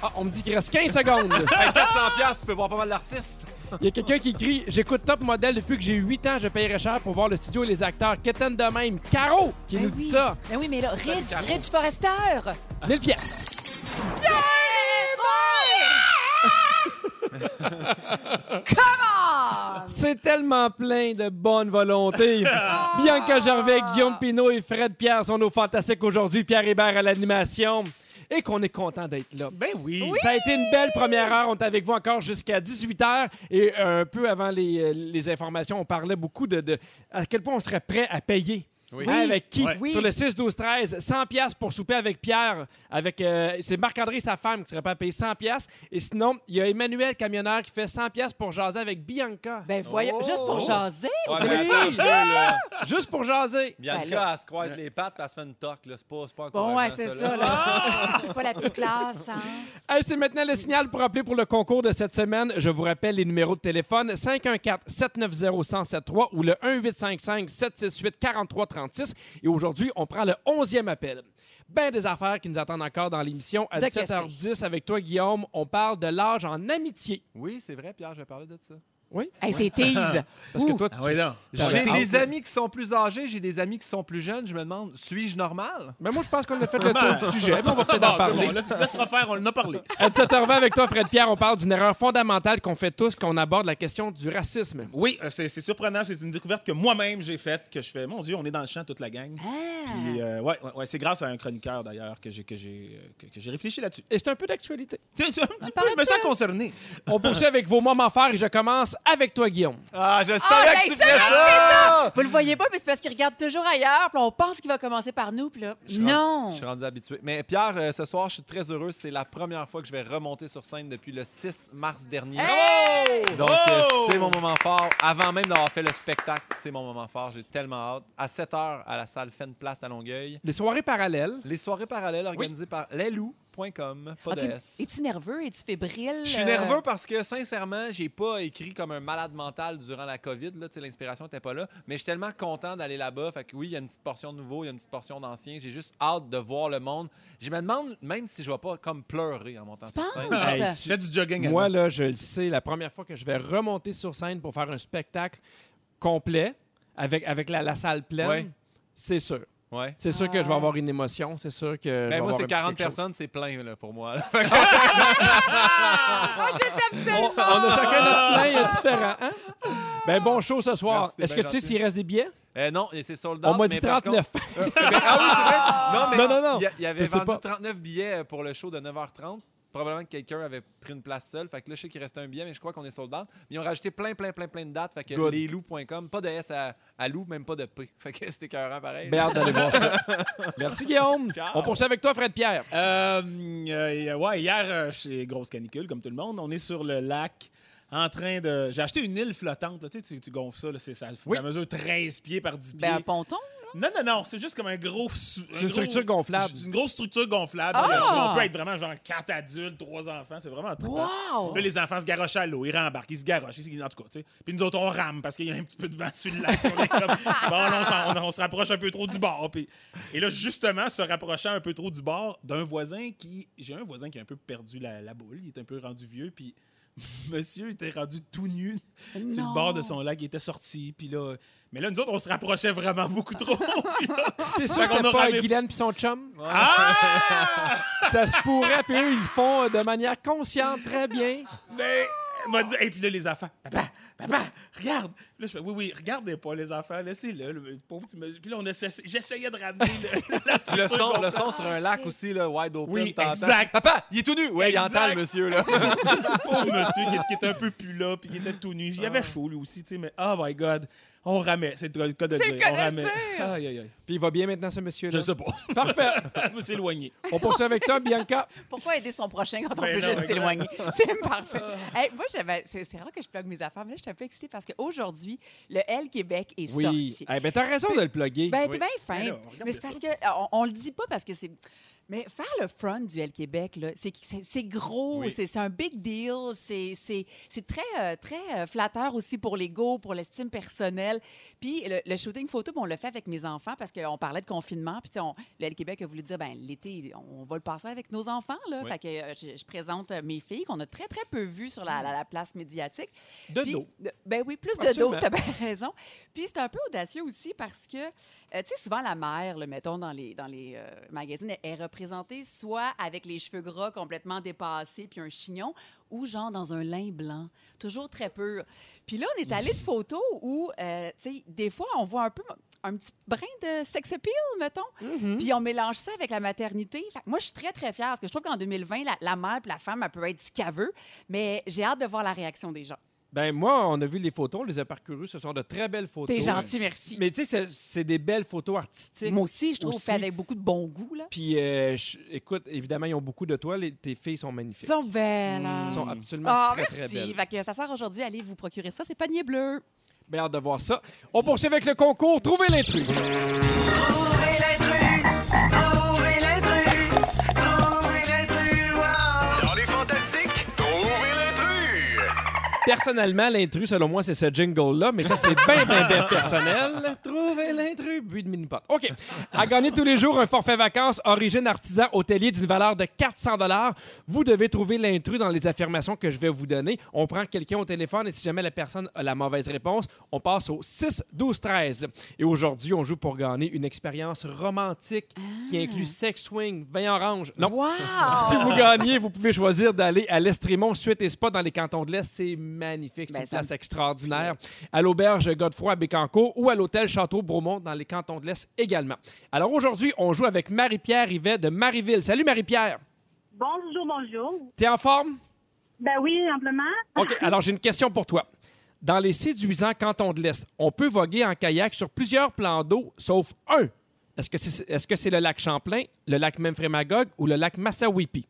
[SPEAKER 1] Ah, on me dit qu'il reste 15 secondes.
[SPEAKER 2] Hey, 400$, piastres, tu peux voir pas mal d'artistes.
[SPEAKER 1] Il y a quelqu'un qui écrit J'écoute Top Model depuis que j'ai 8 ans, je paierais cher pour voir le studio et les acteurs. Quétaine de même, Caro qui
[SPEAKER 3] Ben
[SPEAKER 1] nous
[SPEAKER 3] oui.
[SPEAKER 1] dit ça.
[SPEAKER 3] Ben oui, mais là, Ridge,
[SPEAKER 2] Caro.
[SPEAKER 3] Ridge Forrester!
[SPEAKER 1] 1000 pièces.
[SPEAKER 3] Come on!
[SPEAKER 1] C'est tellement plein de bonne volonté. Bianca Gervais, Guillaume Pinot et Fred Pierre sont nos fantastiques aujourd'hui. Pierre Hébert à l'animation. Et qu'on est content d'être là.
[SPEAKER 4] Ben oui.
[SPEAKER 1] Ça a été une belle première heure. On est avec vous encore jusqu'à 18h. Et euh, un peu avant les, euh, les informations, on parlait beaucoup de, de à quel point on serait prêt à payer.
[SPEAKER 2] Oui.
[SPEAKER 1] Hein, avec qui?
[SPEAKER 4] Ouais.
[SPEAKER 3] Oui.
[SPEAKER 1] Sur le 6, 12, 13, 100 pièces pour souper avec Pierre. Avec, euh, c'est Marc-André et sa femme qui serait prêt à payer 100 pièces. Et sinon, il y a Emmanuel Camionneur qui fait 100 pièces pour jaser avec Bianca.
[SPEAKER 3] Ben voyons,
[SPEAKER 2] Oh!
[SPEAKER 3] juste pour jaser.
[SPEAKER 2] Ouais,
[SPEAKER 1] Oui.
[SPEAKER 2] Ah, mais attends, je te- là,
[SPEAKER 1] Juste pour jaser.
[SPEAKER 2] Bianca,
[SPEAKER 3] Ben là.
[SPEAKER 2] elle se croise les pattes, puis elle se fait une toque. là. C'est pas, c'est pas
[SPEAKER 3] Bon,
[SPEAKER 2] encourageant,
[SPEAKER 3] ouais, c'est ça, là. C'est pas la plus classe, hein?
[SPEAKER 1] Hey, c'est maintenant le signal pour appeler pour le concours de cette semaine. Je vous rappelle les numéros de téléphone 514-790-1073 ou le 1855-768-4336. Et aujourd'hui, on prend le 11e appel. Ben des affaires qui nous attendent encore dans l'émission. À
[SPEAKER 3] De
[SPEAKER 1] 17h10, avec toi, Guillaume, on parle de l'âge en amitié.
[SPEAKER 2] Oui, c'est vrai, Pierre, je vais parler de ça.
[SPEAKER 1] Oui?
[SPEAKER 3] Hey, c'est tease.
[SPEAKER 1] Parce que toi, tu-
[SPEAKER 4] Ah ouais, non.
[SPEAKER 2] J'ai
[SPEAKER 1] Ah,
[SPEAKER 2] des
[SPEAKER 1] oui.
[SPEAKER 2] amis qui sont plus âgés, j'ai des amis qui sont plus jeunes. Je me demande, suis-je normal?
[SPEAKER 1] Mais Ben, moi, je pense qu'on a fait le tour du sujet. mais on va
[SPEAKER 2] Ah,
[SPEAKER 1] peut-être en
[SPEAKER 4] Bon, c'est
[SPEAKER 1] parler.
[SPEAKER 4] bon, laisse, laisse refaire, on en a parlé.
[SPEAKER 1] À 17h20, avec toi, Fred Pierre, on parle d'une erreur fondamentale qu'on fait tous, qu'on aborde la question du racisme.
[SPEAKER 4] Oui, euh, c'est c'est surprenant. C'est une découverte que moi-même j'ai faite, que je fais. Mon Dieu, on est dans le champ toute la gang.
[SPEAKER 3] Ah.
[SPEAKER 4] Puis, euh, ouais, ouais, ouais, c'est grâce à un chroniqueur d'ailleurs que j'ai que j'ai euh, que, que j'ai réfléchi là-dessus.
[SPEAKER 1] Et c'est un peu d'actualité.
[SPEAKER 4] Tu sais, c'est un petit peu, je me sens concerné.
[SPEAKER 1] On poursuit avec vos moments forts et je commence avec toi, Guillaume.
[SPEAKER 2] Ah, je savais
[SPEAKER 3] Ah,
[SPEAKER 2] que
[SPEAKER 3] j'ai
[SPEAKER 2] tu
[SPEAKER 3] ça,
[SPEAKER 2] faisais
[SPEAKER 3] j'ai
[SPEAKER 2] ça!
[SPEAKER 3] Vous le voyez pas, mais c'est parce qu'il regarde toujours ailleurs. Puis on pense qu'il va commencer par nous. Puis là,
[SPEAKER 2] Je suis rendu-
[SPEAKER 3] non!
[SPEAKER 2] Je suis rendu habitué. Mais Pierre, euh, ce soir, je suis très heureux. C'est la première fois que je vais remonter sur scène depuis le 6 mars dernier.
[SPEAKER 3] Hey!
[SPEAKER 2] Donc, euh,
[SPEAKER 4] Oh!
[SPEAKER 2] c'est mon moment fort. Avant même d'avoir fait le spectacle, c'est mon moment fort. J'ai tellement hâte. À 7 h, à la salle Fenn Place à Longueuil.
[SPEAKER 1] Les soirées parallèles.
[SPEAKER 2] Les soirées parallèles organisées par leslou.com. Pas
[SPEAKER 3] Ok,
[SPEAKER 2] de S.
[SPEAKER 3] Es-tu nerveux? Es-tu fébrile?
[SPEAKER 2] Je suis
[SPEAKER 3] Euh,
[SPEAKER 2] nerveux parce que, sincèrement, j'ai pas écrit comme un malade mental durant la COVID. là, tu sais, L'inspiration n'était pas là. Mais je suis tellement content d'aller là-bas. Fait que oui, il y a une petite portion de nouveau, il y a une petite portion d'ancien. J'ai juste hâte de voir le monde. Je me demande même si je vais pas comme pleurer en montant
[SPEAKER 3] Tu
[SPEAKER 2] sur scène.
[SPEAKER 3] penses?
[SPEAKER 4] Hey, tu fais du jogging
[SPEAKER 1] Moi,
[SPEAKER 4] avant.
[SPEAKER 1] là, je le sais, la première fois que je vais remonter sur scène pour faire un spectacle complet avec, avec la, la salle pleine,
[SPEAKER 2] Ouais.
[SPEAKER 1] c'est sûr.
[SPEAKER 2] Ouais.
[SPEAKER 1] C'est sûr que je vais avoir une émotion. C'est sûr que. je vais
[SPEAKER 2] Ben, moi,
[SPEAKER 1] avoir
[SPEAKER 2] c'est
[SPEAKER 1] un petit
[SPEAKER 2] 40
[SPEAKER 1] quelque chose.
[SPEAKER 2] personnes, c'est plein là, pour moi. là.
[SPEAKER 3] Ah, je t'aime
[SPEAKER 1] On,
[SPEAKER 3] tellement!
[SPEAKER 4] Oh,
[SPEAKER 1] on a chacun notre plein euh, différent. Hein? Ben, bon show ce soir.
[SPEAKER 2] Ah. Merci,
[SPEAKER 1] Est-ce que
[SPEAKER 2] ben
[SPEAKER 1] tu sais
[SPEAKER 2] gentil.
[SPEAKER 1] s'il reste des billets?
[SPEAKER 2] Euh, non, et c'est sold out.
[SPEAKER 1] on m'a dit
[SPEAKER 2] mais par
[SPEAKER 1] 39.
[SPEAKER 2] contre- Euh, ben, ah oui, c'est vrai. Non, mais
[SPEAKER 1] Non, non, non.
[SPEAKER 2] il y a- Il y avait
[SPEAKER 1] Je sais
[SPEAKER 2] vendu
[SPEAKER 1] pas.
[SPEAKER 2] 39 billets pour le show de 9h30. Probablement que quelqu'un avait pris une place seule. Fait que là, je sais qu'il restait un billet, mais je crois qu'on est sold out. Mais ils ont rajouté plein, plein, plein, plein de dates. Fait que
[SPEAKER 1] Good.
[SPEAKER 2] lesloups.com, pas de S à, à loup, même pas de P. Fait que c'était écœurant pareil.
[SPEAKER 1] Ben, hâte d'aller voir ça. Merci, Guillaume. On poursuit avec toi, Fred Pierre.
[SPEAKER 4] Euh, euh, ouais, hier, euh, chez Grosse Canicule, comme tout le monde, on est sur le lac en train de. J'ai acheté une île flottante. là, tu, sais, tu, tu gonfles ça, là, c'est ça.
[SPEAKER 1] Oui.
[SPEAKER 4] Ça mesure 13 pieds par 10
[SPEAKER 3] Ben, un
[SPEAKER 4] pieds.
[SPEAKER 3] ponton?
[SPEAKER 4] Non, non, non, c'est juste comme un gros. su- un
[SPEAKER 1] C'est une
[SPEAKER 4] gros-
[SPEAKER 1] structure gonflable.
[SPEAKER 4] C'est une grosse structure gonflable.
[SPEAKER 3] Ah!
[SPEAKER 4] Là, On peut être vraiment genre quatre adultes, trois enfants. C'est vraiment trop.
[SPEAKER 3] Wow!
[SPEAKER 4] Là, les enfants se garochent à l'eau, ils rembarquent, ils se garochent, ils- en tout cas, tu sais. Puis nous autres, on rame parce qu'il y a un petit peu de vent sur le lac. On est comme, bon, là, on s'en- on, on se rapproche un peu trop du bord. Puis, et là, justement, se rapprochant un peu trop du bord d'un voisin qui. J'ai un voisin qui a un peu perdu la, la boule, il est un peu rendu vieux, puis. Monsieur était rendu tout nu sur
[SPEAKER 3] Non.
[SPEAKER 4] le bord de son lac, il était sorti, puis là... Mais là, nous autres, on se rapprochait vraiment beaucoup trop, puis là,
[SPEAKER 1] T'es sûr
[SPEAKER 4] Fait
[SPEAKER 1] que
[SPEAKER 4] qu'on
[SPEAKER 1] c'était
[SPEAKER 4] a
[SPEAKER 1] pas
[SPEAKER 4] ramé-
[SPEAKER 1] Guylaine puis son chum?
[SPEAKER 4] Ah!
[SPEAKER 1] Ça se pourrait, puis eux, ils le font euh, de manière consciente, très bien.
[SPEAKER 4] Mais, elle m'a dit- et puis là, les enfants, papa, papa, regarde. Là, je fais, oui, oui, regardez pas, les enfants, laissez-le, le pauvre petit monsieur. Puis là, on a- j'essayais de ramener le, la
[SPEAKER 2] Puis le
[SPEAKER 4] structure
[SPEAKER 2] son, le
[SPEAKER 4] gonflable.
[SPEAKER 2] son sur un lac aussi, là, wide open.
[SPEAKER 4] Oui,
[SPEAKER 2] t'entends.
[SPEAKER 4] exact.
[SPEAKER 2] Papa, il est tout nu. Ouais, il entend le
[SPEAKER 4] Exact.
[SPEAKER 2] monsieur, là.
[SPEAKER 4] pauvre monsieur qui, est- qui était un peu plus là, puis qui était tout nu.
[SPEAKER 3] Ah.
[SPEAKER 4] Il avait chaud, lui aussi, tu sais, mais oh my God, on ramait. C'est le cas de
[SPEAKER 3] C'est
[SPEAKER 4] dire,
[SPEAKER 3] le cas
[SPEAKER 4] on
[SPEAKER 3] de
[SPEAKER 4] ramait.
[SPEAKER 3] dire.
[SPEAKER 4] Aïe, aïe, aïe.
[SPEAKER 1] Puis il va bien maintenant, ce monsieur-là.
[SPEAKER 4] Je sais pas.
[SPEAKER 1] Parfait.
[SPEAKER 4] Je me suis éloigné.
[SPEAKER 1] On poursuit avec toi, Bianca.
[SPEAKER 3] Pourquoi aider son prochain quand on
[SPEAKER 4] Ben
[SPEAKER 3] peut
[SPEAKER 4] non,
[SPEAKER 3] juste
[SPEAKER 4] exact.
[SPEAKER 3] s'éloigner? C'est parfait. Hey, moi, j'avais- c'est c'est rare que je plug mes affaires, mais là, je suis un peu excitée parce qu'aujourd'hui, le L Québec est
[SPEAKER 1] Oui.
[SPEAKER 3] sorti.
[SPEAKER 1] Eh ben, t'as raison de le plugger.
[SPEAKER 3] Ben, t'es bien
[SPEAKER 4] Mais là,
[SPEAKER 3] fin.
[SPEAKER 4] regarde
[SPEAKER 3] Mais c'est
[SPEAKER 4] ça.
[SPEAKER 3] parce que euh, on, on le dit pas parce que c'est. Mais faire le front du L Québec, là, c'est, c'est, c'est gros,
[SPEAKER 2] Oui.
[SPEAKER 3] c'est, c'est un big deal, c'est, c'est, c'est très, euh, très euh, flatteur aussi pour l'ego, pour l'estime personnelle. Puis le, le shooting photo, ben, on le fait avec mes enfants parce qu'on parlait de confinement. Puis tu sais, on- le L Québec a voulu dire, ben l'été, on va le passer avec nos enfants. Là.
[SPEAKER 2] Oui.
[SPEAKER 3] Fait que euh, je, je présente euh, mes filles qu'on a très, très peu vues sur la, la- la place médiatique.
[SPEAKER 1] De
[SPEAKER 3] Puis-
[SPEAKER 1] dos.
[SPEAKER 3] de- Ben oui, plus
[SPEAKER 1] Absolument.
[SPEAKER 3] de dos, t'as bien raison. Puis c'est un peu audacieux aussi parce que, euh, tu sais, souvent la mère, le mettons, dans les, dans les euh, magazines, est- est représentée soit avec les cheveux gras complètement dépassés puis un chignon, ou genre dans un lin blanc, toujours très pur. Puis là, on est allé de photos où, euh, tu sais, des fois, on voit un peu un petit brin de sex appeal, mettons, puis on mélange ça avec la maternité. Fait que moi, je suis très, très fière parce que je trouve qu'en 2020, la, la mère puis la femme, elle peut être ce qu'elle veut, mais j'ai hâte de voir la réaction des gens.
[SPEAKER 1] Ben, moi, on a vu les photos, on les a parcourues. Ce sont de très belles photos.
[SPEAKER 3] T'es gentil, merci.
[SPEAKER 1] Mais tu sais, c'est- c'est des belles photos artistiques.
[SPEAKER 3] Moi aussi, je trouve,
[SPEAKER 1] aussi.
[SPEAKER 3] fait avec beaucoup de bon goût. Là.
[SPEAKER 1] Puis, euh, je- écoute, évidemment, ils ont beaucoup de toi. Les- tes filles sont magnifiques.
[SPEAKER 3] Ils sont belles. hein?
[SPEAKER 1] Elles sont absolument
[SPEAKER 3] Ah,
[SPEAKER 1] très,
[SPEAKER 3] merci.
[SPEAKER 1] très belles.
[SPEAKER 3] Fait que ça sort aujourd'hui. Allez vous procurer ça. C'est panier bleu.
[SPEAKER 1] Bien hâte de voir ça. On poursuit avec le concours. Trouvez l'intrus.
[SPEAKER 8] Trouvez l'intrus, trouvez l'intrus, trouvez l'intrus, wow.
[SPEAKER 9] Dans les fantastiques, trouvez l'intrus.
[SPEAKER 1] Personnellement, l'intrus, selon moi, c'est ce jingle-là, mais ça, c'est bien, bien, bien personnel. Trouvez l'intrus, but de mini-pot. OK. À gagner tous les jours un forfait vacances, origine artisan hôtelier d'une valeur de 400 Vous devez trouver l'intrus dans les affirmations que je vais vous donner. On prend quelqu'un au téléphone et si jamais la personne a la mauvaise réponse, on passe au 6, 12, 13. Et aujourd'hui, on joue pour gagner une expérience romantique qui inclut sex swing, vin orange. Non,
[SPEAKER 3] Wow!
[SPEAKER 1] si vous gagnez, vous pouvez choisir d'aller à l'Estrémont, Suite et Spa dans les cantons de l'Est. C'est magnifique. C'est
[SPEAKER 3] Ben,
[SPEAKER 1] une
[SPEAKER 3] ça me-
[SPEAKER 1] place extraordinaire. À l'auberge Godefroy à Bécancourt ou à l'hôtel Château-Bromont dans les cantons de l'Est également. Alors aujourd'hui, on joue avec Marie-Pierre Rivet de Marieville. Salut Marie-Pierre.
[SPEAKER 10] Bonjour, bonjour.
[SPEAKER 1] T'es en forme?
[SPEAKER 10] Ben oui, amplement.
[SPEAKER 1] OK. Alors j'ai une question pour toi. dans les séduisants cantons de l'Est. On peut voguer en kayak sur plusieurs plans d'eau, sauf un. Est-ce que c'est est -ce c'est le lac Champlain, le lac Memphremagog ou le lac Massawippi?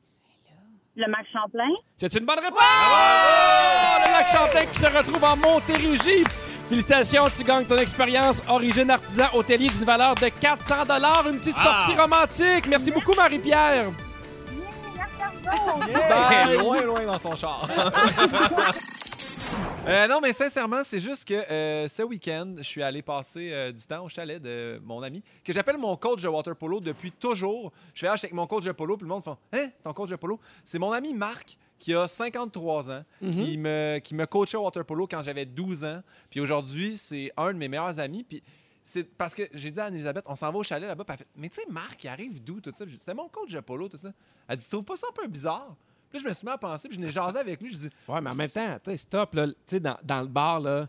[SPEAKER 10] Le Mac Champlain.
[SPEAKER 1] C'est une bonne réponse! Bravo! Le lac Champlain qui se retrouve en Montérégie. Félicitations, tu gagnes ton expérience origine artisan hôtelier d'une valeur de 400 Une petite
[SPEAKER 4] Ah!
[SPEAKER 1] sortie romantique. Merci beaucoup, Marie-Pierre.
[SPEAKER 2] Bye. loin, loin dans son char. Euh, non, mais sincèrement, c'est juste que euh, ce week-end, je suis allé passer euh, du temps au chalet de mon ami, que j'appelle mon coach de water polo depuis toujours. Je fais ah, je suis avec mon coach de polo, puis le monde fait Hein, ton coach de polo C'est mon ami Marc, qui a 53 ans, qui, me, qui me coachait au water polo quand j'avais 12 ans. Puis aujourd'hui, c'est un de mes meilleurs amis. Puis c'est parce que j'ai dit à Anne-Elisabeth, on s'en va au chalet là-bas. Puis elle fait, mais tu sais, Marc, il arrive d'où tout ça? Puis j'ai dit, C'est mon coach de polo, tout ça. Elle dit, tu trouves pas ça un peu bizarre? Puis là, je me suis mis à penser, puis je n'ai jasé avec lui. Je dis,
[SPEAKER 1] Ouais, mais en même temps, tu sais, stop, là, tu sais, dans, dans le bar, là,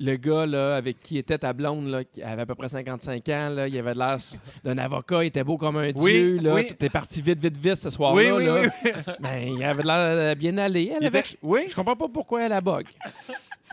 [SPEAKER 1] le gars là, avec qui était ta blonde, là, qui avait à peu près 55 ans, là, il avait l'air s- d'un avocat, il était beau comme un
[SPEAKER 2] Oui,
[SPEAKER 1] dieu. Là,
[SPEAKER 2] oui.
[SPEAKER 1] T'es parti vite, vite, vite ce soir-là.
[SPEAKER 2] Oui, oui,
[SPEAKER 1] là.
[SPEAKER 2] oui,
[SPEAKER 1] Ben, il avait l'air bien allé. Elle
[SPEAKER 2] Il
[SPEAKER 1] avait-
[SPEAKER 2] était- oui.
[SPEAKER 1] Je comprends pas pourquoi elle a bug.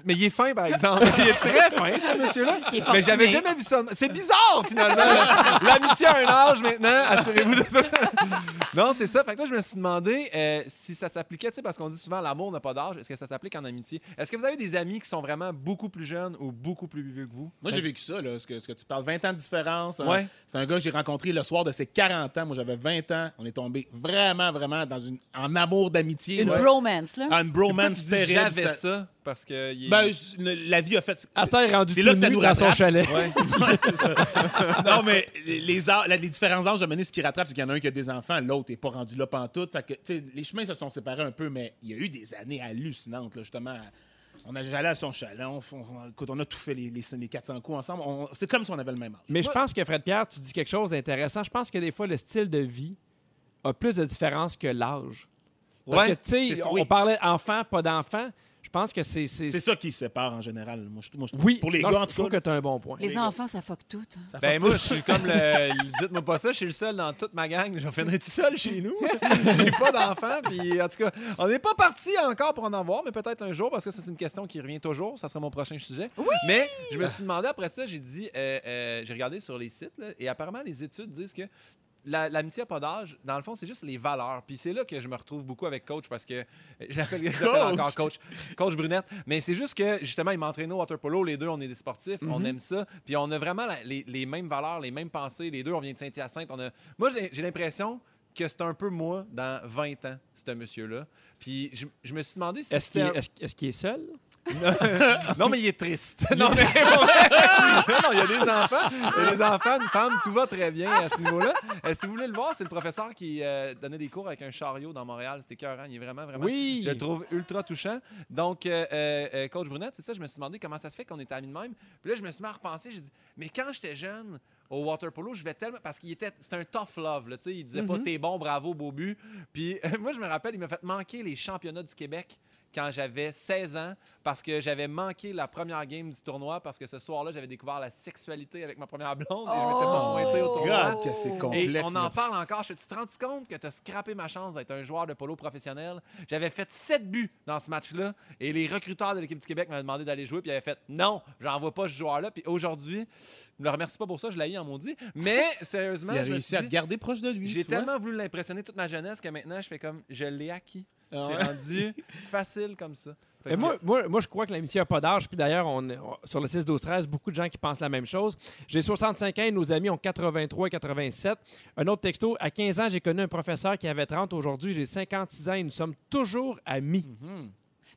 [SPEAKER 2] mais il est fin, par exemple. il est très fin, ce monsieur-là.
[SPEAKER 3] Qui est
[SPEAKER 2] Mais
[SPEAKER 3] fortuné.
[SPEAKER 2] j'avais jamais vu ça. C'est bizarre, finalement. là. L'amitié a un âge maintenant. Assurez-vous de ça. non, c'est ça. Fait que là, je me suis demandé euh, si ça s'appliquait, tu sais, parce qu'on dit souvent l'amour n'a pas d'âge. Est-ce que ça s'applique en amitié? Est-ce que vous avez des amis qui sont vraiment beaucoup plus jeunes ou beaucoup plus vieux que vous?
[SPEAKER 4] Moi, j'ai vécu ça, là. Ce que, ce que tu parles, 20 ans de différence. hein.
[SPEAKER 2] Ouais.
[SPEAKER 4] C'est un gars que j'ai rencontré le soir de ses 40 ans. Moi, j'avais 20 ans. On est tombé vraiment, vraiment dans une, en amour d'amitié.
[SPEAKER 3] Une
[SPEAKER 4] là.
[SPEAKER 3] bromance, là.
[SPEAKER 4] En une bromance
[SPEAKER 2] Pourquoi tu dis
[SPEAKER 4] terrible.
[SPEAKER 2] J'avais
[SPEAKER 4] Ça-
[SPEAKER 2] ça parce que. il est-
[SPEAKER 4] Ben, je- le- la vie a fait.
[SPEAKER 1] Elle s'est rendue
[SPEAKER 4] C'est là
[SPEAKER 1] tout
[SPEAKER 4] que ça
[SPEAKER 1] nue
[SPEAKER 4] nous
[SPEAKER 1] dans son
[SPEAKER 4] rattrape.
[SPEAKER 1] chalet.
[SPEAKER 4] Ouais. c'est ça. non, mais les, âges- la- les différents âges de mener, ce qui rattrape, c'est qu'il y en a un qui a des enfants, l'autre n'est pas rendu là pantoute. Fait que, tu sais, les chemins se sont séparés un peu, mais il y a eu des années hallucinantes, là, justement. On a j'allais à son chalet, on, on- écoute, on a tout fait les, les, les 400 coups ensemble. On- C'est comme si on avait le même âge.
[SPEAKER 1] Mais je pense que Fred Pierre, tu dis quelque chose d'intéressant. Je pense que des fois, le style de vie a plus de différence que l'âge. Parce
[SPEAKER 2] Ouais,
[SPEAKER 1] que, tu
[SPEAKER 4] c'est
[SPEAKER 1] sais,
[SPEAKER 4] ça,
[SPEAKER 1] on
[SPEAKER 4] oui.
[SPEAKER 1] parlait enfant, pas d'enfant. Je pense que c'est. c'est-
[SPEAKER 4] C'est ça qui sépare en général. Moi, je, moi, je-
[SPEAKER 1] Oui,
[SPEAKER 4] pour les
[SPEAKER 1] Non, je-
[SPEAKER 4] gars, en
[SPEAKER 1] Je
[SPEAKER 4] tout
[SPEAKER 1] trouve
[SPEAKER 4] cas.
[SPEAKER 1] que tu as un bon point.
[SPEAKER 3] Les enfants, ça fuck tout. hein.
[SPEAKER 4] ça fait-
[SPEAKER 2] Ben moi, je suis comme le... Dites-moi pas ça, je suis le seul dans toute ma gang. J'en finirai tout seul chez nous. J'ai pas d'enfants. Puis en tout cas, on n'est pas parti encore pour en avoir, mais peut-être un jour, parce que ça, c'est une question qui revient toujours. Ça sera mon prochain sujet. Mais je me suis demandé après ça, j'ai dit... euh, euh, j'ai regardé sur les sites, là, et apparemment, les études disent que la- L'amitié à pas d'âge, dans le fond, c'est juste les valeurs. Puis c'est là que je me retrouve beaucoup avec coach parce que je l'appelle je l'appelle
[SPEAKER 4] Coach!
[SPEAKER 2] encore coach, coach Brunette. Mais c'est juste que justement, il m'entraîne au water polo. Les deux, on est des sportifs, on aime ça. Puis on a vraiment la- les, les mêmes valeurs, les mêmes pensées. Les deux, on vient de Saint-Hyacinthe. On a... Moi, j'ai j'ai l'impression que c'est un peu moi dans 20 ans, ce monsieur-là. Puis je, je me suis demandé si
[SPEAKER 1] Est-ce qu'il
[SPEAKER 2] c'était
[SPEAKER 1] est, est-ce- est-ce qu'il est seul?
[SPEAKER 2] non, mais il est triste. non, mais pour vrai. Non, il y a des enfants. Il y a des enfants, une femme, tout va très bien à ce niveau-là. Euh, si vous voulez le voir, c'est le professeur qui euh, donnait des cours avec un chariot dans Montréal. C'était écœurant. Il est vraiment, vraiment.
[SPEAKER 1] Oui.
[SPEAKER 2] Je le trouve ultra touchant. Donc, euh, euh, euh, Coach Brunette, c'est ça, je me suis demandé comment ça se fait qu'on est amis de même. Puis là, je me suis mis à repenser. J'ai dit, mais quand j'étais jeune, au water polo, je vais tellement. Parce qu'il était. C'était un tough love, là. Tu sais, il disait pas t'es bon, bravo, beau but. Puis euh, moi, je me rappelle, il m'a fait manquer les championnats du Québec quand j'avais 16 ans parce que j'avais manqué la première game du tournoi parce que ce soir-là, j'avais découvert la sexualité avec ma première blonde et je m'étais pas
[SPEAKER 3] Oh!
[SPEAKER 2] pointé au tournoi.
[SPEAKER 4] God, que c'est
[SPEAKER 2] Et
[SPEAKER 4] complexe.
[SPEAKER 2] on en
[SPEAKER 4] là.
[SPEAKER 2] parle encore. Je te rends compte que tu as scrappé ma chance d'être un joueur de polo professionnel? J'avais fait 7 buts dans ce match-là et les recruteurs de l'équipe du Québec m'avaient demandé d'aller jouer puis ils avaient fait non, j'en vois pas ce joueur-là. Puis aujourd'hui, je ne le remercie pas pour ça, je l'ai en maudit. Mais sérieusement,
[SPEAKER 4] Il a
[SPEAKER 2] je me
[SPEAKER 4] réussi
[SPEAKER 2] suis
[SPEAKER 4] à
[SPEAKER 2] dit,
[SPEAKER 4] te garder proche de lui.
[SPEAKER 2] j'ai
[SPEAKER 4] tu vois.
[SPEAKER 2] tellement voulu l'impressionner toute ma jeunesse que maintenant, je fais comme je l'ai acquis.
[SPEAKER 4] Ah
[SPEAKER 2] c'est
[SPEAKER 4] ouais?
[SPEAKER 2] rendu facile comme ça. Fait
[SPEAKER 1] Mais
[SPEAKER 2] que-
[SPEAKER 1] moi, moi, moi, je crois que l'amitié n'a pas d'âge. Puis d'ailleurs, on, on- sur le 6, 12, 13, beaucoup de gens qui pensent la même chose. J'ai 65 ans et nos amis ont 83 et 87. Un autre texto, à 15 ans, j'ai connu un professeur qui avait 30. Aujourd'hui, j'ai 56 ans et nous sommes toujours amis.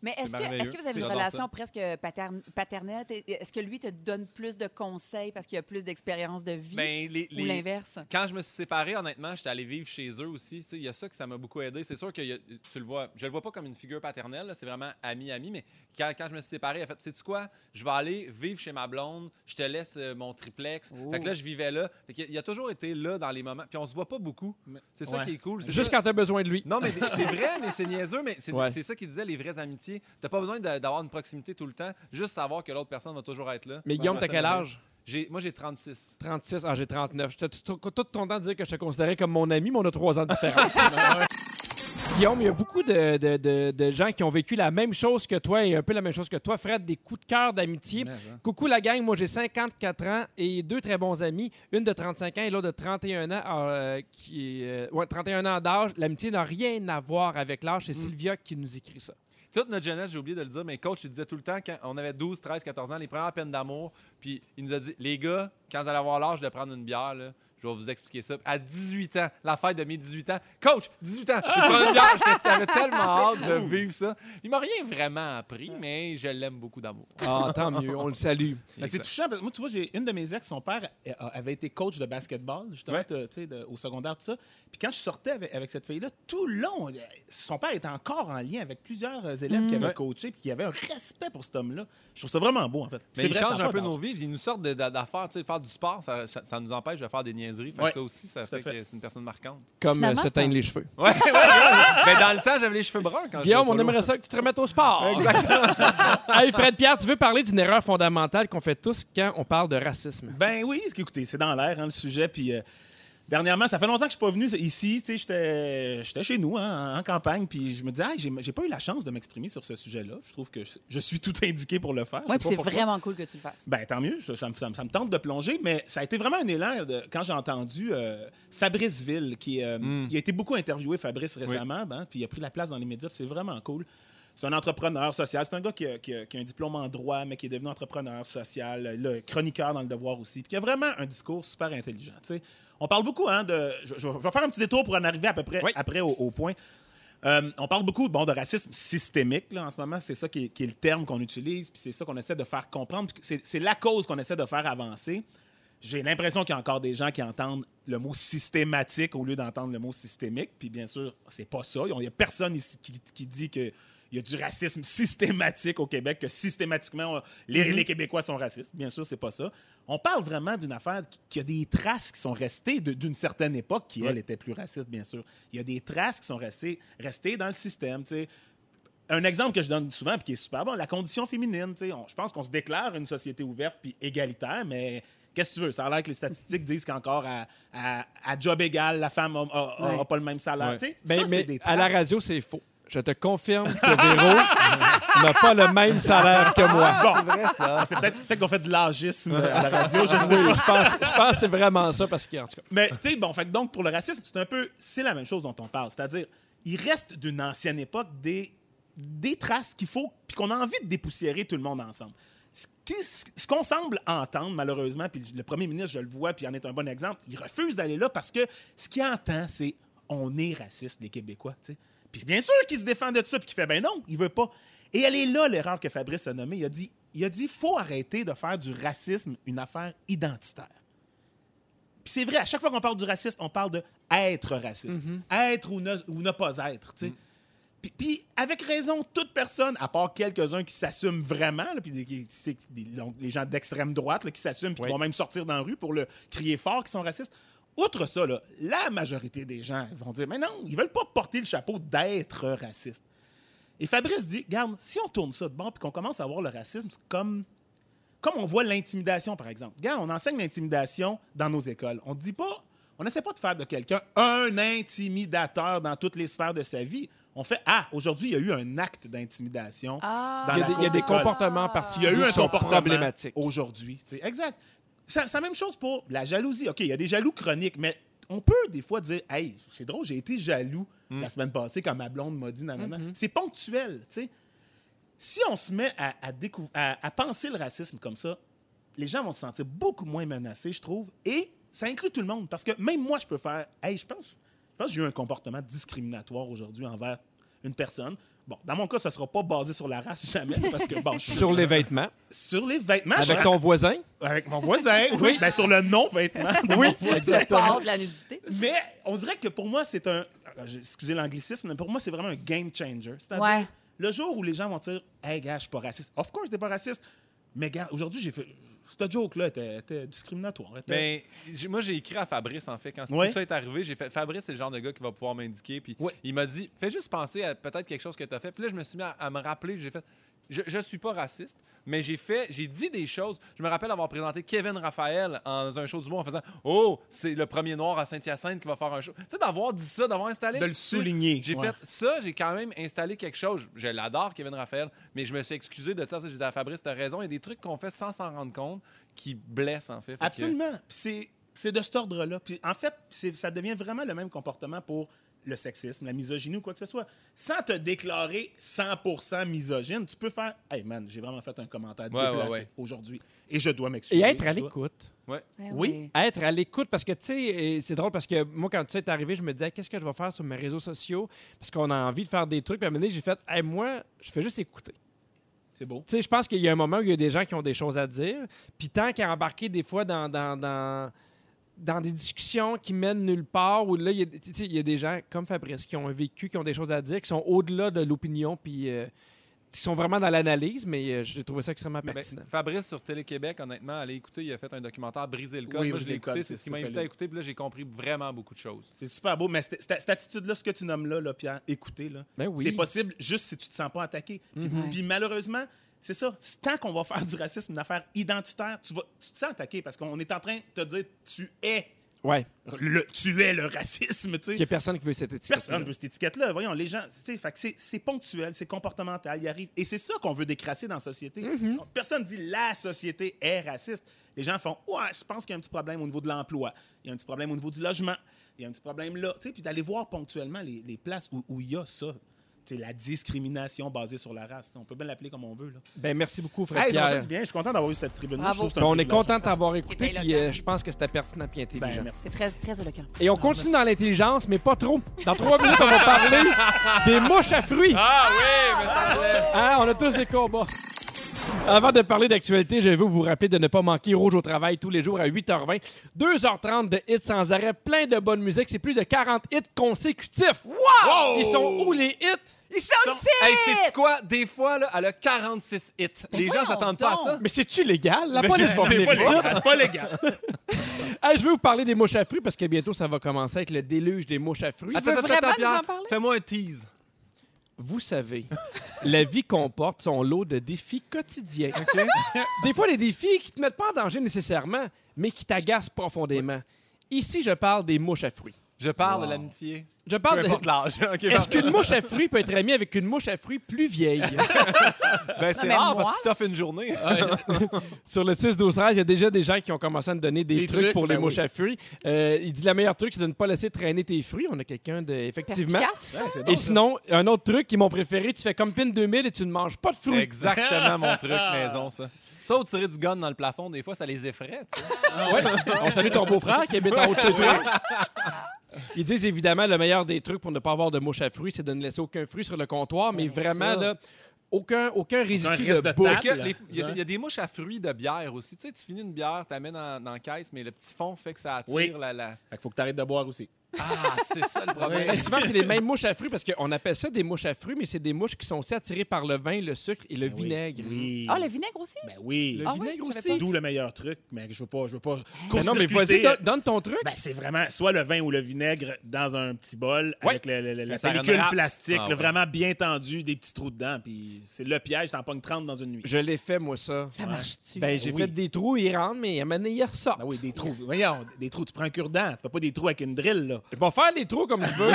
[SPEAKER 3] Mais est-ce
[SPEAKER 2] C'est
[SPEAKER 3] que,
[SPEAKER 2] merveilleux.
[SPEAKER 3] est-ce que vous avez une
[SPEAKER 2] J'adore
[SPEAKER 3] relation
[SPEAKER 2] ça.
[SPEAKER 3] presque paterne- paternelle? T'sais, Est-ce que lui te donne plus de conseils parce qu'il a plus d'expérience de vie
[SPEAKER 2] Ben, les-
[SPEAKER 3] ou
[SPEAKER 2] les-
[SPEAKER 3] l'inverse?
[SPEAKER 2] Quand je me suis séparé, honnêtement, j'étais allé vivre chez eux aussi. Tu sais, Il y a ça que ça m'a beaucoup aidé. C'est sûr que il y a- tu le vois, je le vois pas comme une figure paternelle. là, C'est vraiment ami-ami. Mais quand, quand je me suis séparé, elle a fait, sais-tu quoi? Je vais aller vivre chez ma blonde. Je te laisse euh, mon triplex. Fait
[SPEAKER 3] Oh.
[SPEAKER 2] que là, je vivais là. Fait qu'il a- il a toujours été là dans les moments. Puis on se voit pas beaucoup. C'est ça
[SPEAKER 4] Ouais.
[SPEAKER 2] qui est cool. c'est
[SPEAKER 1] Juste
[SPEAKER 2] ça-
[SPEAKER 1] quand tu as besoin de lui.
[SPEAKER 2] Non, mais c'est vrai, mais c'est niaiseux, mais c'est
[SPEAKER 1] Ouais.
[SPEAKER 2] c'est ça qu'il disait, les vraies amitiés. T'as pas besoin de- d'avoir une proximité tout le temps, juste savoir que l'autre personne va toujours être là.
[SPEAKER 1] Mais Guillaume, t'as quel âge?
[SPEAKER 2] J'ai- Moi, j'ai 36.
[SPEAKER 1] 36, ah, j'ai 39. J'étais tout, tout- tout content de dire que je te considérais comme mon ami, mais on a 3 ans de différence. Guillaume, il y a beaucoup de, de- de- de gens qui ont vécu la même chose que toi et un peu la même chose que toi, Fred, des coups de cœur d'amitié. Coucou la gang, moi j'ai 54 ans et deux très bons amis, une de 35 ans et l'autre de 31 ans, euh, qui est, euh, ouais, 31 ans d'âge. L'amitié n'a rien à voir avec l'âge. C'est
[SPEAKER 3] Mm.
[SPEAKER 1] Sylvia qui nous écrit ça.
[SPEAKER 2] Toute notre jeunesse, j'ai oublié de le dire, mais coach, il disait tout le temps, quand on avait 12, 13, 14 ans, les premières peines d'amour, puis il nous a dit Les gars, quand vous allez avoir l'âge de prendre une bière, là, je vais vous expliquer ça. À 18 ans, la fête de mes 18 ans, coach, 18 ans, je vais prendre une bière. J'étais- J'avais tellement hâte de vivre ça. Il m'a rien vraiment appris, mais je l'aime beaucoup d'amour.
[SPEAKER 1] Ah, tant mieux, on le salue.
[SPEAKER 4] Ben, c'est touchant. parce que Moi, tu vois, j'ai une de mes ex, son père euh, avait été coach de basketball, justement,
[SPEAKER 2] Ouais.
[SPEAKER 4] t'as- tu sais, de- au secondaire, tout ça. Puis quand je sortais avec, avec cette fille-là, tout le long, euh, son père était encore en lien avec plusieurs euh, élèves
[SPEAKER 1] Mm.
[SPEAKER 4] qui avaient coaché, puis qui avait un respect pour cet homme-là. Je trouve ça vraiment beau, en fait.
[SPEAKER 2] Mais
[SPEAKER 4] C'est
[SPEAKER 2] ils
[SPEAKER 4] vrai, ça
[SPEAKER 2] changent
[SPEAKER 4] a
[SPEAKER 2] un
[SPEAKER 4] pas
[SPEAKER 2] peu
[SPEAKER 4] d'âge.
[SPEAKER 2] nos vies. Ils nous sortent de- de- d'affaires. Tu sais, faire du sport, ça, ça- ça nous empêche de faire des niaiseries. Fait que
[SPEAKER 4] Ouais,
[SPEAKER 2] Ça aussi, ça
[SPEAKER 4] tout à
[SPEAKER 2] fait,
[SPEAKER 4] fait.
[SPEAKER 2] que c'est une personne marquante.
[SPEAKER 1] Comme euh,
[SPEAKER 3] Finalement,
[SPEAKER 1] se
[SPEAKER 3] c'est
[SPEAKER 1] teignent
[SPEAKER 3] un-
[SPEAKER 1] les cheveux.
[SPEAKER 2] Ouais, ouais, ouais. Mais dans le temps, j'avais les cheveux bruns
[SPEAKER 4] Ah,
[SPEAKER 2] quand
[SPEAKER 1] Guillaume, on
[SPEAKER 2] j'étais au polo.
[SPEAKER 1] aimerait ça que tu te remettes au sport. hey, Fred Pierre, tu veux parler d'une erreur fondamentale qu'on fait tous quand on parle de racisme?
[SPEAKER 4] Ben oui, parce qu'écoutez, c'est dans l'air, hein, le sujet. Puis euh, dernièrement, ça fait longtemps que je suis pas venu ici. Tu sais, j'étais- j'étais chez nous, hein, en campagne. Puis je me disais, ah, j'ai j'ai pas eu la chance de m'exprimer sur ce sujet-là. Je trouve que je, je suis tout indiqué pour le faire.
[SPEAKER 3] Oui,
[SPEAKER 4] Je sais
[SPEAKER 3] puis
[SPEAKER 4] pas
[SPEAKER 3] c'est
[SPEAKER 4] pourquoi.
[SPEAKER 3] vraiment cool que tu le fasses.
[SPEAKER 4] Ben tant mieux, ça, ça me- ça me- ça me tente de plonger, mais ça a été vraiment un élan de- quand j'ai entendu euh, Fabrice Ville, qui euh, il a été beaucoup interviewé, Fabrice, récemment, ben, puis il a pris la place dans les médias, puis c'est vraiment cool. C'est un entrepreneur social, c'est un gars qui a, qui a- qui a un diplôme en droit, mais qui est devenu entrepreneur social, le chroniqueur dans le devoir aussi, puis qui a vraiment un discours super intelligent. tu sais. On parle beaucoup hein, de... Je, je- je vais faire un petit détour pour en arriver à peu près
[SPEAKER 1] Oui.
[SPEAKER 4] après au- au point. Euh, on parle beaucoup bon, de racisme systémique. Là, en ce moment, c'est ça qui est, qui est le terme qu'on utilise, puis c'est ça qu'on essaie de faire comprendre. puis C'est c'est la cause qu'on essaie de faire avancer. J'ai l'impression qu'il y a encore des gens qui entendent le mot systématique au lieu d'entendre le mot systémique. Puis bien sûr, c'est pas ça. Il n'y a personne ici qui, qui dit que. Il y a du racisme systématique au Québec, que systématiquement, on- les, les Québécois sont racistes. Bien sûr, c'est pas ça. On parle vraiment d'une affaire qui, qui a des traces qui sont restées de- d'une certaine époque, qui, elle, était plus raciste, bien sûr. Il y a des traces qui sont restées, restées dans le système. tu sais. Un exemple que je donne souvent, puis qui est super bon, la condition féminine. tu sais, on- je pense qu'on se déclare une société ouverte puis égalitaire, mais qu'est-ce que tu veux? Ça a l'air que les statistiques disent qu'encore à, à- à job égal, la femme n'a pas le même salaire. tu sais.
[SPEAKER 1] Ben,
[SPEAKER 4] Ça, c'est
[SPEAKER 1] mais
[SPEAKER 4] des traces.
[SPEAKER 1] à la radio, c'est faux. Je te confirme que Véro n'a pas le même salaire que moi.
[SPEAKER 4] Bon. Ah, c'est peut-être peut-être qu'on fait de l'agisme à la radio, je sais
[SPEAKER 1] Oui,
[SPEAKER 4] pas.
[SPEAKER 1] je pense, je pense que c'est vraiment ça parce que, en tout cas.
[SPEAKER 4] Mais tu sais, bon, fait que donc pour le racisme, c'est un peu, c'est la même chose dont on parle. C'est-à-dire, il reste d'une ancienne époque des, des traces qu'il faut, puis qu'on a envie de dépoussiérer tout le monde ensemble. Ce qui- Ce qu'on semble entendre, malheureusement, puis le premier ministre, je le vois, puis il en est un bon exemple, il refuse d'aller là parce que ce qu'il entend, c'est on est raciste, les Québécois. tu sais. Puis bien sûr qu'il se défend de ça, puis qu'il fait ben non, il veut pas. Et elle est là l'erreur que Fabrice a nommée. Il a dit, il a dit, faut arrêter de faire du racisme une affaire identitaire. Puis c'est vrai, à chaque fois qu'on parle du raciste, on parle de être raciste. Être ou ne, ou ne pas être, tu sais. Puis- Puis, avec raison, toute personne, à part quelques-uns qui s'assument vraiment, là, puis des- qui- c'est des- donc, les gens d'extrême droite là, qui s'assument, puis qui
[SPEAKER 1] Oui.
[SPEAKER 4] vont même sortir dans la rue pour le crier fort qu'ils sont racistes. Outre ça, là, la majorité des gens vont dire Mais non, ils veulent pas porter le chapeau d'être raciste. Et Fabrice dit Garde, si on tourne ça de bord, puis qu'on commence à voir le racisme comme comme on voit l'intimidation, par exemple. Regarde, on enseigne l'intimidation dans nos écoles. On dit pas, on n'essaie pas de faire de quelqu'un un intimidateur dans toutes les sphères de sa vie. On fait ah, aujourd'hui il y a eu un acte d'intimidation.
[SPEAKER 3] Ah,
[SPEAKER 4] Dans
[SPEAKER 1] Il y a
[SPEAKER 4] la
[SPEAKER 1] des, il y a des
[SPEAKER 4] cour-
[SPEAKER 1] comportements
[SPEAKER 4] Il y
[SPEAKER 1] particuliers.
[SPEAKER 4] a eu un
[SPEAKER 1] qui sont
[SPEAKER 4] comportement
[SPEAKER 1] problématiques.
[SPEAKER 4] aujourd'hui. tu sais. Exact. C'est la même chose pour la jalousie. OK, il y a des jaloux chroniques, mais on peut des fois dire Hey, c'est drôle, j'ai été jaloux la semaine passée quand ma blonde m'a dit nanana. C'est ponctuel, tu sais. Si on se met à, à décou- à- à penser le racisme comme ça, les gens vont se sentir beaucoup moins menacés, je trouve, et ça inclut tout le monde. Parce que même moi, je peux faire Hey, je pense, je pense que j'ai eu un comportement discriminatoire aujourd'hui envers une personne. Bon, dans mon cas, ça sera pas basé sur la race jamais, parce que bon, je suis
[SPEAKER 1] Sur les vêtements,
[SPEAKER 4] sur les vêtements.
[SPEAKER 1] avec
[SPEAKER 4] je-
[SPEAKER 1] ton voisin.
[SPEAKER 4] Avec mon voisin, oui. Ben, sur le non-vêtement. Oui,
[SPEAKER 3] c'est pas hors de la nudité.
[SPEAKER 4] Mais on dirait que pour moi, c'est un. euh, Excusez l'anglicisme, mais pour moi, c'est vraiment un game changer. C'est-à-dire,
[SPEAKER 3] Ouais.
[SPEAKER 4] le jour où les gens vont dire Hey, gars, je suis pas raciste. Of course, t'es pas raciste. Mais, gars, aujourd'hui, j'ai fait. Cette joke-là était, était discriminatoire. était-
[SPEAKER 2] Ben, j'ai- moi, j'ai écrit à Fabrice, en fait, quand
[SPEAKER 4] Ouais.
[SPEAKER 2] tout ça est arrivé. J'ai fait, Fabrice, c'est le genre de gars qui va pouvoir m'indiquer. Puis
[SPEAKER 1] Ouais.
[SPEAKER 2] il m'a dit, fais juste penser à peut-être quelque chose que tu as fait. Puis là, je me suis mis à, à me rappeler. J'ai fait, je, je suis pas raciste, mais j'ai fait, j'ai dit des choses. Je me rappelle avoir présenté Kevin Raphaël en- dans un show du monde en faisant Oh, c'est le premier noir à Saint-Hyacinthe qui va faire un show. Tu sais, d'avoir dit ça, d'avoir installé.
[SPEAKER 4] De le
[SPEAKER 2] tu sais,
[SPEAKER 4] souligner,
[SPEAKER 2] J'ai
[SPEAKER 4] ouais.
[SPEAKER 2] fait ça, j'ai quand même installé quelque chose. Je, je l'adore, Kevin Raphaël, mais je me suis excusé de ça. Je disais à Fabrice, t'as raison, il y a des trucs qu'on fait sans s'en rendre compte qui blessent, en fait. Fait que-
[SPEAKER 4] Absolument. Puis C'est c'est de cet ordre-là. Puis en fait, c'est- ça devient vraiment le même comportement pour le sexisme, la misogynie ou quoi que ce soit. Sans te déclarer 100% misogyne, tu peux faire « Hey man, j'ai vraiment fait un commentaire
[SPEAKER 2] Ouais, ouais,
[SPEAKER 4] déplacé
[SPEAKER 2] ouais.
[SPEAKER 4] aujourd'hui et je dois m'excuser.
[SPEAKER 1] Et » être à
[SPEAKER 4] Je dois-
[SPEAKER 1] l'écoute.
[SPEAKER 3] Ben
[SPEAKER 4] Oui.
[SPEAKER 1] Être à l'écoute, parce que, tu sais, euh, c'est drôle, parce que moi, quand ça est arrivé, je me disais, qu'est-ce que je vais faire sur mes réseaux sociaux? Parce qu'on a envie de faire des trucs. Puis à un moment donné, j'ai fait, Hey, moi, je fais juste écouter.
[SPEAKER 4] C'est beau.
[SPEAKER 1] Tu sais, je pense qu'il y a un moment où il y a des gens qui ont des choses à dire. Puis tant qu'à embarquer des fois dans, dans, dans, dans des discussions qui mènent nulle part, où là, il y, a, tu sais, il y a des gens comme Fabrice qui ont un vécu, qui ont des choses à dire, qui sont au-delà de l'opinion, puis euh, qui sont vraiment dans l'analyse, mais euh, j'ai trouvé ça extrêmement
[SPEAKER 2] Ben,
[SPEAKER 1] pertinent.
[SPEAKER 2] Fabrice sur Télé-Québec, honnêtement, allez écouter, il a fait un documentaire Briser le code.
[SPEAKER 4] Oui,
[SPEAKER 2] Moi, je
[SPEAKER 4] Briser
[SPEAKER 2] l'ai
[SPEAKER 4] le code,
[SPEAKER 2] écouté, c'est
[SPEAKER 4] c'est-
[SPEAKER 2] ce qui m'a
[SPEAKER 4] c'est
[SPEAKER 2] invité à
[SPEAKER 4] solide.
[SPEAKER 2] écouter, puis là, j'ai compris vraiment beaucoup de choses.
[SPEAKER 4] C'est super beau, mais c'est- c'est- cette attitude-là, ce que tu nommes là, là Pierre, écouter, là,
[SPEAKER 1] Ben oui.
[SPEAKER 4] c'est possible juste si tu te sens pas attaqué. Puis-
[SPEAKER 3] Mhm.
[SPEAKER 4] Puis malheureusement, c'est ça. C'est Tant qu'on va faire du racisme une affaire identitaire, tu, vas, tu te sens attaqué parce qu'on est en train de te dire « tu es
[SPEAKER 1] Ouais.
[SPEAKER 4] le, tu es le racisme »,
[SPEAKER 1] Il
[SPEAKER 4] tu
[SPEAKER 1] n'y a
[SPEAKER 4] sais.
[SPEAKER 1] personne qui veut cette étiquette.
[SPEAKER 4] Personne veut cette étiquette-là. Voyons, les gens, tu sais, fait que c'est- c'est ponctuel, c'est comportemental, il arrive. Et c'est ça qu'on veut décrasser dans la société.
[SPEAKER 1] Mm-hmm.
[SPEAKER 4] Personne dit la société est raciste. Les gens font Ouais, je pense qu'il y a un petit problème au niveau de l'emploi, il y a un petit problème au niveau du logement, il y a un petit problème là. Tu sais, puis d'aller voir ponctuellement les, les places où où il y a ça. Tu sais, la discrimination basée sur la race. Tu sais, On peut bien l'appeler comme on veut. Là.
[SPEAKER 1] Ben, merci beaucoup, Fred
[SPEAKER 4] Hey, ça m'a fait
[SPEAKER 1] Pierre.
[SPEAKER 4] du bien. Je suis content d'avoir eu cette tribune.
[SPEAKER 3] Bravo.
[SPEAKER 1] Ben, on est content de t'avoir écouté,
[SPEAKER 3] C'était
[SPEAKER 1] puis
[SPEAKER 3] éloquent.
[SPEAKER 1] euh, je pense que c'était pertinent et intelligent.
[SPEAKER 4] Ben, merci.
[SPEAKER 3] C'est très, très éloquent.
[SPEAKER 1] Et on continue dans l'intelligence, mais pas trop. Dans trois minutes, on va parler des mouches à fruits.
[SPEAKER 2] Ah oui, mais ça
[SPEAKER 1] Hein, on a tous des combats. Avant de parler d'actualité, je veux vous rappeler de ne pas manquer Rouge au travail tous les jours à 8h20. 2h30 de hits sans arrêt, plein de bonne musique. C'est plus de 40 hits consécutifs. Wow! Ils sont où les hits?
[SPEAKER 3] Ils sont ici!
[SPEAKER 2] Hey, c'est quoi? Des fois, là, elle a 46 hits. Les gens
[SPEAKER 3] voyons
[SPEAKER 2] s'attendent pas à
[SPEAKER 3] donc.
[SPEAKER 2] ça.
[SPEAKER 1] Mais c'est-tu légal? La
[SPEAKER 2] Mais
[SPEAKER 1] police
[SPEAKER 2] je
[SPEAKER 1] va
[SPEAKER 2] sais
[SPEAKER 1] venir
[SPEAKER 2] pas,
[SPEAKER 1] ici.
[SPEAKER 4] C'est pas légal.
[SPEAKER 1] Hey, je veux vous parler des mouches à fruits parce que bientôt, ça va commencer avec le déluge des mouches à fruits.
[SPEAKER 2] Attends,
[SPEAKER 3] veux
[SPEAKER 2] attends,
[SPEAKER 3] vraiment
[SPEAKER 2] attends,
[SPEAKER 3] nous
[SPEAKER 2] Pierre,
[SPEAKER 3] en parler?
[SPEAKER 2] Fais-moi un tease.
[SPEAKER 1] Vous savez, la vie comporte son lot de défis quotidiens. Des fois, des défis qui te mettent pas en danger nécessairement, mais qui t'agacent profondément. Ici, je parle des mouches à fruits.
[SPEAKER 2] Je parle de l'amitié.
[SPEAKER 1] Je
[SPEAKER 2] Peu
[SPEAKER 1] parle de...
[SPEAKER 2] importe l'âge. Ok,
[SPEAKER 1] Est-ce
[SPEAKER 2] parfait.
[SPEAKER 1] qu'une mouche à fruits peut être amie avec une mouche à fruits plus vieille?
[SPEAKER 2] Ben, c'est
[SPEAKER 3] mais
[SPEAKER 2] rare
[SPEAKER 3] moi-
[SPEAKER 2] parce qu'il t'offre une journée.
[SPEAKER 1] Sur le 6 12 13, il y a déjà des gens qui ont commencé à nous donner des
[SPEAKER 4] Des
[SPEAKER 1] trucs,
[SPEAKER 4] trucs,
[SPEAKER 1] pour les
[SPEAKER 4] ben
[SPEAKER 1] mouches à fruits. Euh, il dit le meilleur truc, c'est de ne pas laisser traîner tes fruits. On a quelqu'un de effectivement.
[SPEAKER 3] Perspicace. hein?
[SPEAKER 4] Ouais, c'est bon,
[SPEAKER 1] Et
[SPEAKER 4] ça.
[SPEAKER 1] sinon, un autre truc qui m'ont préféré, tu fais comme PIN 2000 et tu ne manges pas de fruits.
[SPEAKER 2] Exactement mon truc maison, ça. Ça, ou tirer du gun dans le plafond, des fois, ça les effraie. tu sais.
[SPEAKER 1] Ouais. On salue ton beau-frère qui habite en haut de chez toi. Ils disent évidemment le meilleur des trucs pour ne pas avoir de mouche à fruits, c'est de ne laisser aucun fruit sur le comptoir, mais vraiment,
[SPEAKER 3] ça.
[SPEAKER 1] là, aucun, aucun résidu
[SPEAKER 4] reste
[SPEAKER 1] de
[SPEAKER 4] de
[SPEAKER 1] bouffe.
[SPEAKER 4] table.
[SPEAKER 2] Parce que
[SPEAKER 4] Là.
[SPEAKER 2] les- Il y, a-
[SPEAKER 4] Ouais.
[SPEAKER 2] il y a des mouches à fruits de bière aussi. Tu sais, tu finis une bière, tu amènes en, en caisse, mais le petit fond fait que ça attire
[SPEAKER 4] Oui.
[SPEAKER 2] la, la-
[SPEAKER 4] Fait qu'il faut que t'arrêtes de boire aussi.
[SPEAKER 2] Ah, c'est ça le problème.
[SPEAKER 1] Ben, souvent, c'est les mêmes mouches à fruits parce qu'on appelle ça des mouches à fruits, mais c'est des mouches qui sont aussi attirées par le vin, le sucre et le vinaigre.
[SPEAKER 4] Oui.
[SPEAKER 3] Ah, le vinaigre aussi?
[SPEAKER 4] Ben oui.
[SPEAKER 1] Ben Le
[SPEAKER 3] Ah ouais,
[SPEAKER 1] vinaigre
[SPEAKER 3] je savais
[SPEAKER 1] aussi.
[SPEAKER 4] D'où le meilleur truc, mais je veux pas, je veux pas.
[SPEAKER 1] Mais non, mais vas-y,
[SPEAKER 4] court-circuiter.
[SPEAKER 1] don- donne ton truc.
[SPEAKER 4] Ben, c'est vraiment soit le vin ou le vinaigre dans un petit bol
[SPEAKER 1] Ouais.
[SPEAKER 4] avec le- le- le- la
[SPEAKER 2] Ça
[SPEAKER 4] pellicule
[SPEAKER 2] rend-
[SPEAKER 4] plastique,
[SPEAKER 2] Ah,
[SPEAKER 4] là,
[SPEAKER 2] ouais.
[SPEAKER 4] vraiment bien tendu, des petits trous dedans, puis c'est le piège, t'en pognes 30 dans une nuit.
[SPEAKER 1] Je l'ai fait, moi, ça.
[SPEAKER 3] Ça marche-tu?
[SPEAKER 1] Ben, j'ai
[SPEAKER 4] Oui.
[SPEAKER 1] fait des trous, ils rentrent, mais à mener, ils ressortent.
[SPEAKER 4] Ah oui, des trous. Voyons, des trous, tu prends un cure-dent, tu fais pas des trous avec une drill, là.
[SPEAKER 1] Je vais faire des trous comme je veux.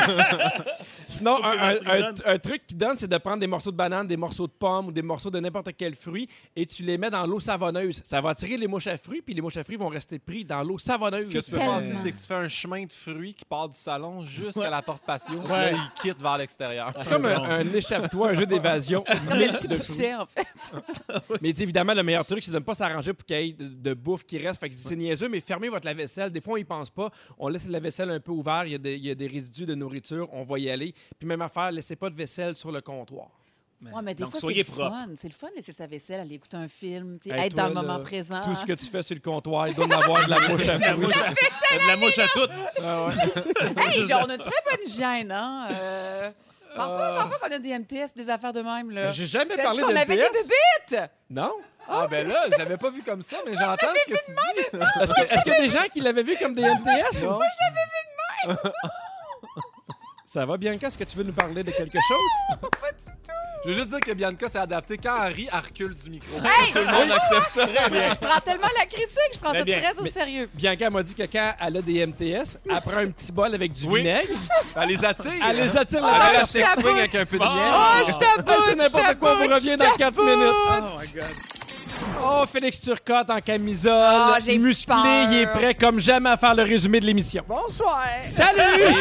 [SPEAKER 1] Sinon,
[SPEAKER 4] Faut
[SPEAKER 1] un,
[SPEAKER 4] que ça
[SPEAKER 1] un- un-
[SPEAKER 4] emprisonne.
[SPEAKER 1] un truc qui donne, c'est de prendre des morceaux de banane, des morceaux de pommes ou des morceaux de n'importe quel fruit et tu les mets dans l'eau savonneuse. Ça va attirer les mouches à fruits, puis les mouches à fruits vont rester pris dans l'eau savonneuse.
[SPEAKER 2] Ce que tu peux
[SPEAKER 3] Tellement.
[SPEAKER 2] passer, c'est que tu fais un chemin de fruits qui part du salon jusqu'à la porte patio. puis Là,
[SPEAKER 4] Ouais.
[SPEAKER 2] il quitte vers l'extérieur.
[SPEAKER 1] C'est comme un, un échappatoire, un jeu d'évasion.
[SPEAKER 3] C'est comme le petit
[SPEAKER 1] de
[SPEAKER 3] poussé, en fait.
[SPEAKER 1] fruits. Mais dis, évidemment, le meilleur truc, c'est de ne pas s'arranger pour qu'il y ait de, de bouffe qui reste. Fait que c'est niaiseux, mais fermez votre lave-vaisselle. Des fois, on y pense pas. On laisse la vaisselle un peu ouverte. Il y, a des- il y a des résidus de nourriture. On va y aller. Puis même affaire, laissez pas de vaisselle sur le comptoir.
[SPEAKER 3] Ouais, mais des
[SPEAKER 4] Donc,
[SPEAKER 3] fois, c'est
[SPEAKER 4] soyez
[SPEAKER 3] le
[SPEAKER 4] propre.
[SPEAKER 3] fun. C'est le fun de laisser sa vaisselle, aller écouter un film, tu sais,
[SPEAKER 1] Hey,
[SPEAKER 3] être
[SPEAKER 1] toi,
[SPEAKER 3] dans le
[SPEAKER 1] là,
[SPEAKER 3] moment présent. hein.
[SPEAKER 1] Tout ce que tu fais sur le comptoir, il doit en avoir de la mouche à
[SPEAKER 4] La
[SPEAKER 1] fruits.
[SPEAKER 4] mouche à, de la mouche à toutes.
[SPEAKER 3] Hey, genre, on a une très bonne hygiène, hein? Euh... Parle pas, parle pas qu'on a des MTS, des affaires de même, là.
[SPEAKER 1] Ah. Ben, J'ai jamais
[SPEAKER 3] T'as dit
[SPEAKER 1] parlé
[SPEAKER 3] qu'on
[SPEAKER 1] de
[SPEAKER 3] avait des bébites!
[SPEAKER 1] Non?
[SPEAKER 2] Ah, ben là, je l'avais pas vu comme ça, mais j'entends ce que tu dis.
[SPEAKER 1] Est-ce que- est-ce qu'il y a des gens qui l'avaient vu comme des MTS? Moi, je l'avais vu de même! Ça va, Bianca? Est-ce que tu veux nous parler de quelque chose?
[SPEAKER 2] Je veux juste dire que Bianca s'est adaptée. Quand Harry recule du micro,
[SPEAKER 1] Ah,
[SPEAKER 3] Hey!
[SPEAKER 2] tout le monde accepte ça.
[SPEAKER 3] Je prends tellement la critique, je prends
[SPEAKER 4] Très
[SPEAKER 3] ça
[SPEAKER 4] bien.
[SPEAKER 3] très au
[SPEAKER 1] Mais-
[SPEAKER 3] sérieux.
[SPEAKER 1] Bianca m'a dit que quand elle a des MTS, elle prend un petit bol avec du
[SPEAKER 2] Oui.
[SPEAKER 1] vinaigre,
[SPEAKER 2] Elle les attire.
[SPEAKER 1] elle les attire
[SPEAKER 2] Elle
[SPEAKER 1] là-dedans.
[SPEAKER 2] met la
[SPEAKER 3] je
[SPEAKER 2] sex
[SPEAKER 3] t'avoue.
[SPEAKER 2] swing avec un peu de
[SPEAKER 4] Bon.
[SPEAKER 2] miel.
[SPEAKER 3] Oh, je t'aboute!
[SPEAKER 1] Ah. C'est n'importe quoi, vous revenez dans 4 minutes. Ah,
[SPEAKER 4] Oh my God.
[SPEAKER 1] Oh, Félix Turcotte en camisole,
[SPEAKER 3] Ah, j'ai
[SPEAKER 1] musclé,
[SPEAKER 3] peur.
[SPEAKER 1] il est prêt comme jamais à faire le résumé de l'émission.
[SPEAKER 7] Bonsoir!
[SPEAKER 1] Salut!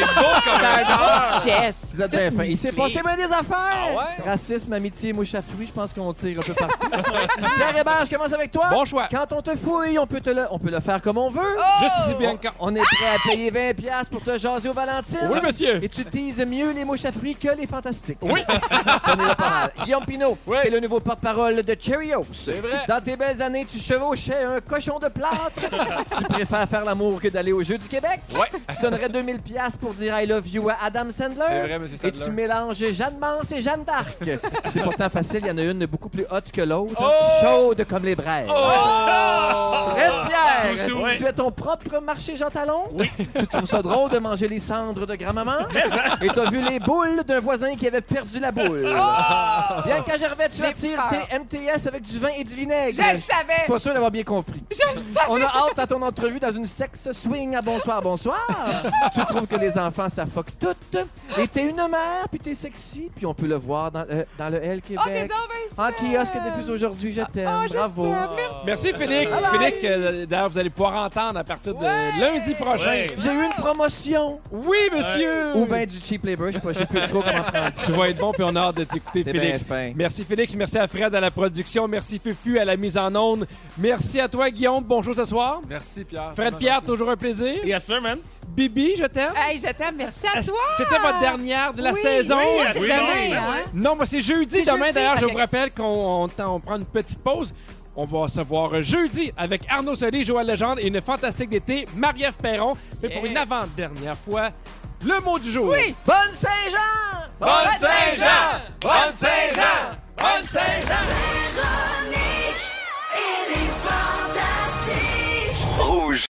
[SPEAKER 3] Chess.
[SPEAKER 7] Vous êtes bien fin. Il s'est passé bien des affaires!
[SPEAKER 1] Ah
[SPEAKER 2] ouais?
[SPEAKER 7] Racisme, amitié, mouche à fruits, je pense qu'on tire un peu partout. Pierre Hébert, je commence avec toi.
[SPEAKER 1] Bon Oh! choix.
[SPEAKER 7] Quand on te fouille, on peut, te le, on peut le faire comme on veut.
[SPEAKER 1] Juste si Bianca.
[SPEAKER 7] On est prêt à payer 20$ piastres pour te jaser au Valentine.
[SPEAKER 1] Oui, monsieur.
[SPEAKER 7] Et tu teases mieux les mouches à fruits que les fantastiques. Oui. On est là pas mal. Guillaume Pinot,
[SPEAKER 1] Oui.
[SPEAKER 7] t'es le nouveau porte-parole de Cheerios. C'est
[SPEAKER 1] vrai.
[SPEAKER 7] Dans tes belles années, tu chevauchais un cochon de plâtre. tu préfères faire l'amour que d'aller au Jeu du Québec.
[SPEAKER 2] Ouais.
[SPEAKER 7] Tu donnerais 2000 pièces pour dire I love you à Adam Sandler.
[SPEAKER 2] C'est vrai, monsieur Sadler.
[SPEAKER 7] Et tu mélanges Jeanne Mance et Jeanne d'Arc. C'est pourtant facile, il y en a une beaucoup plus haute que l'autre.
[SPEAKER 2] Oh!
[SPEAKER 7] Chaude comme les braises.
[SPEAKER 2] Oh!
[SPEAKER 7] Fred Pierre,
[SPEAKER 2] Coussou.
[SPEAKER 7] tu es ton propre marché Jean Talon. Tu trouves ça drôle de manger les cendres de grand-maman. Et t'as vu les boules d'un voisin qui avait perdu la boule. Bianca Gervais, tu
[SPEAKER 3] Oh! J'ai
[SPEAKER 7] attires
[SPEAKER 3] peur.
[SPEAKER 7] tes MTS avec du vin et du vinaigre.
[SPEAKER 3] Je le
[SPEAKER 7] Je
[SPEAKER 3] savais!
[SPEAKER 7] suis pas sûr d'avoir bien compris.
[SPEAKER 3] Je le savais!
[SPEAKER 7] On a hâte à ton entrevue dans une sex swing à bonsoir, bonsoir. tu trouves que les enfants, ça fuck tout. Et t'es une mère, puis t'es sexy, puis on peut le voir dans le, dans le L
[SPEAKER 3] Oh, t'es
[SPEAKER 7] Québec.
[SPEAKER 3] donc bien
[SPEAKER 7] en kiosque
[SPEAKER 3] swell.
[SPEAKER 7] depuis aujourd'hui, je t'aime.
[SPEAKER 3] Oh, je
[SPEAKER 7] Bravo.
[SPEAKER 3] t'aime. Merci.
[SPEAKER 1] Merci Félix.
[SPEAKER 7] Bye bye.
[SPEAKER 1] Félix, euh, d'ailleurs, vous allez pouvoir entendre à partir de
[SPEAKER 3] Ouais.
[SPEAKER 1] lundi prochain.
[SPEAKER 4] Ouais.
[SPEAKER 7] J'ai eu une promotion.
[SPEAKER 1] Oui, monsieur!
[SPEAKER 7] Ou bien du cheap labor, je sais pas, je sais plus trop comment prendre ça.
[SPEAKER 1] Tu vas être bon, puis on a hâte de t'écouter,
[SPEAKER 7] T'es
[SPEAKER 1] Félix.
[SPEAKER 7] bien fin.
[SPEAKER 1] Merci Félix, merci à Fred à la production, merci Fufu à la mise en onde. Merci à toi, Guillaume. Bonjour ce soir.
[SPEAKER 2] Merci, Pierre.
[SPEAKER 1] Fred
[SPEAKER 2] Vraiment
[SPEAKER 1] Pierre,
[SPEAKER 2] gentil.
[SPEAKER 1] toujours un plaisir.
[SPEAKER 4] Yes, sir, man.
[SPEAKER 1] Bibi, je t'aime.
[SPEAKER 3] Hey, je t'aime, merci à
[SPEAKER 1] Est-ce-
[SPEAKER 3] toi!
[SPEAKER 1] C'était votre dernière de la
[SPEAKER 3] Ah! Oui,
[SPEAKER 1] saison.
[SPEAKER 3] oui,
[SPEAKER 4] Oui,
[SPEAKER 3] c'est
[SPEAKER 4] oui, oui,
[SPEAKER 3] demain, hein?
[SPEAKER 1] Non, moi, c'est jeudi.
[SPEAKER 3] C'est
[SPEAKER 1] Demain,
[SPEAKER 3] jeudi,
[SPEAKER 1] d'ailleurs, je
[SPEAKER 3] ok.
[SPEAKER 1] vous rappelle qu'on on t'en- on prend une petite pause. On va se voir jeudi avec Arnaud Soli, Joël Legendre et une fantastique d'été, Marie-Ève Perron. Mais pour
[SPEAKER 3] Yeah.
[SPEAKER 1] une avant-dernière fois, le mot du jour.
[SPEAKER 3] Oui!
[SPEAKER 7] Bonne Saint-Jean!
[SPEAKER 2] Bonne Saint-Jean! Bonne Saint-Jean! Bonne Saint-Jean!
[SPEAKER 8] Véronique, elle est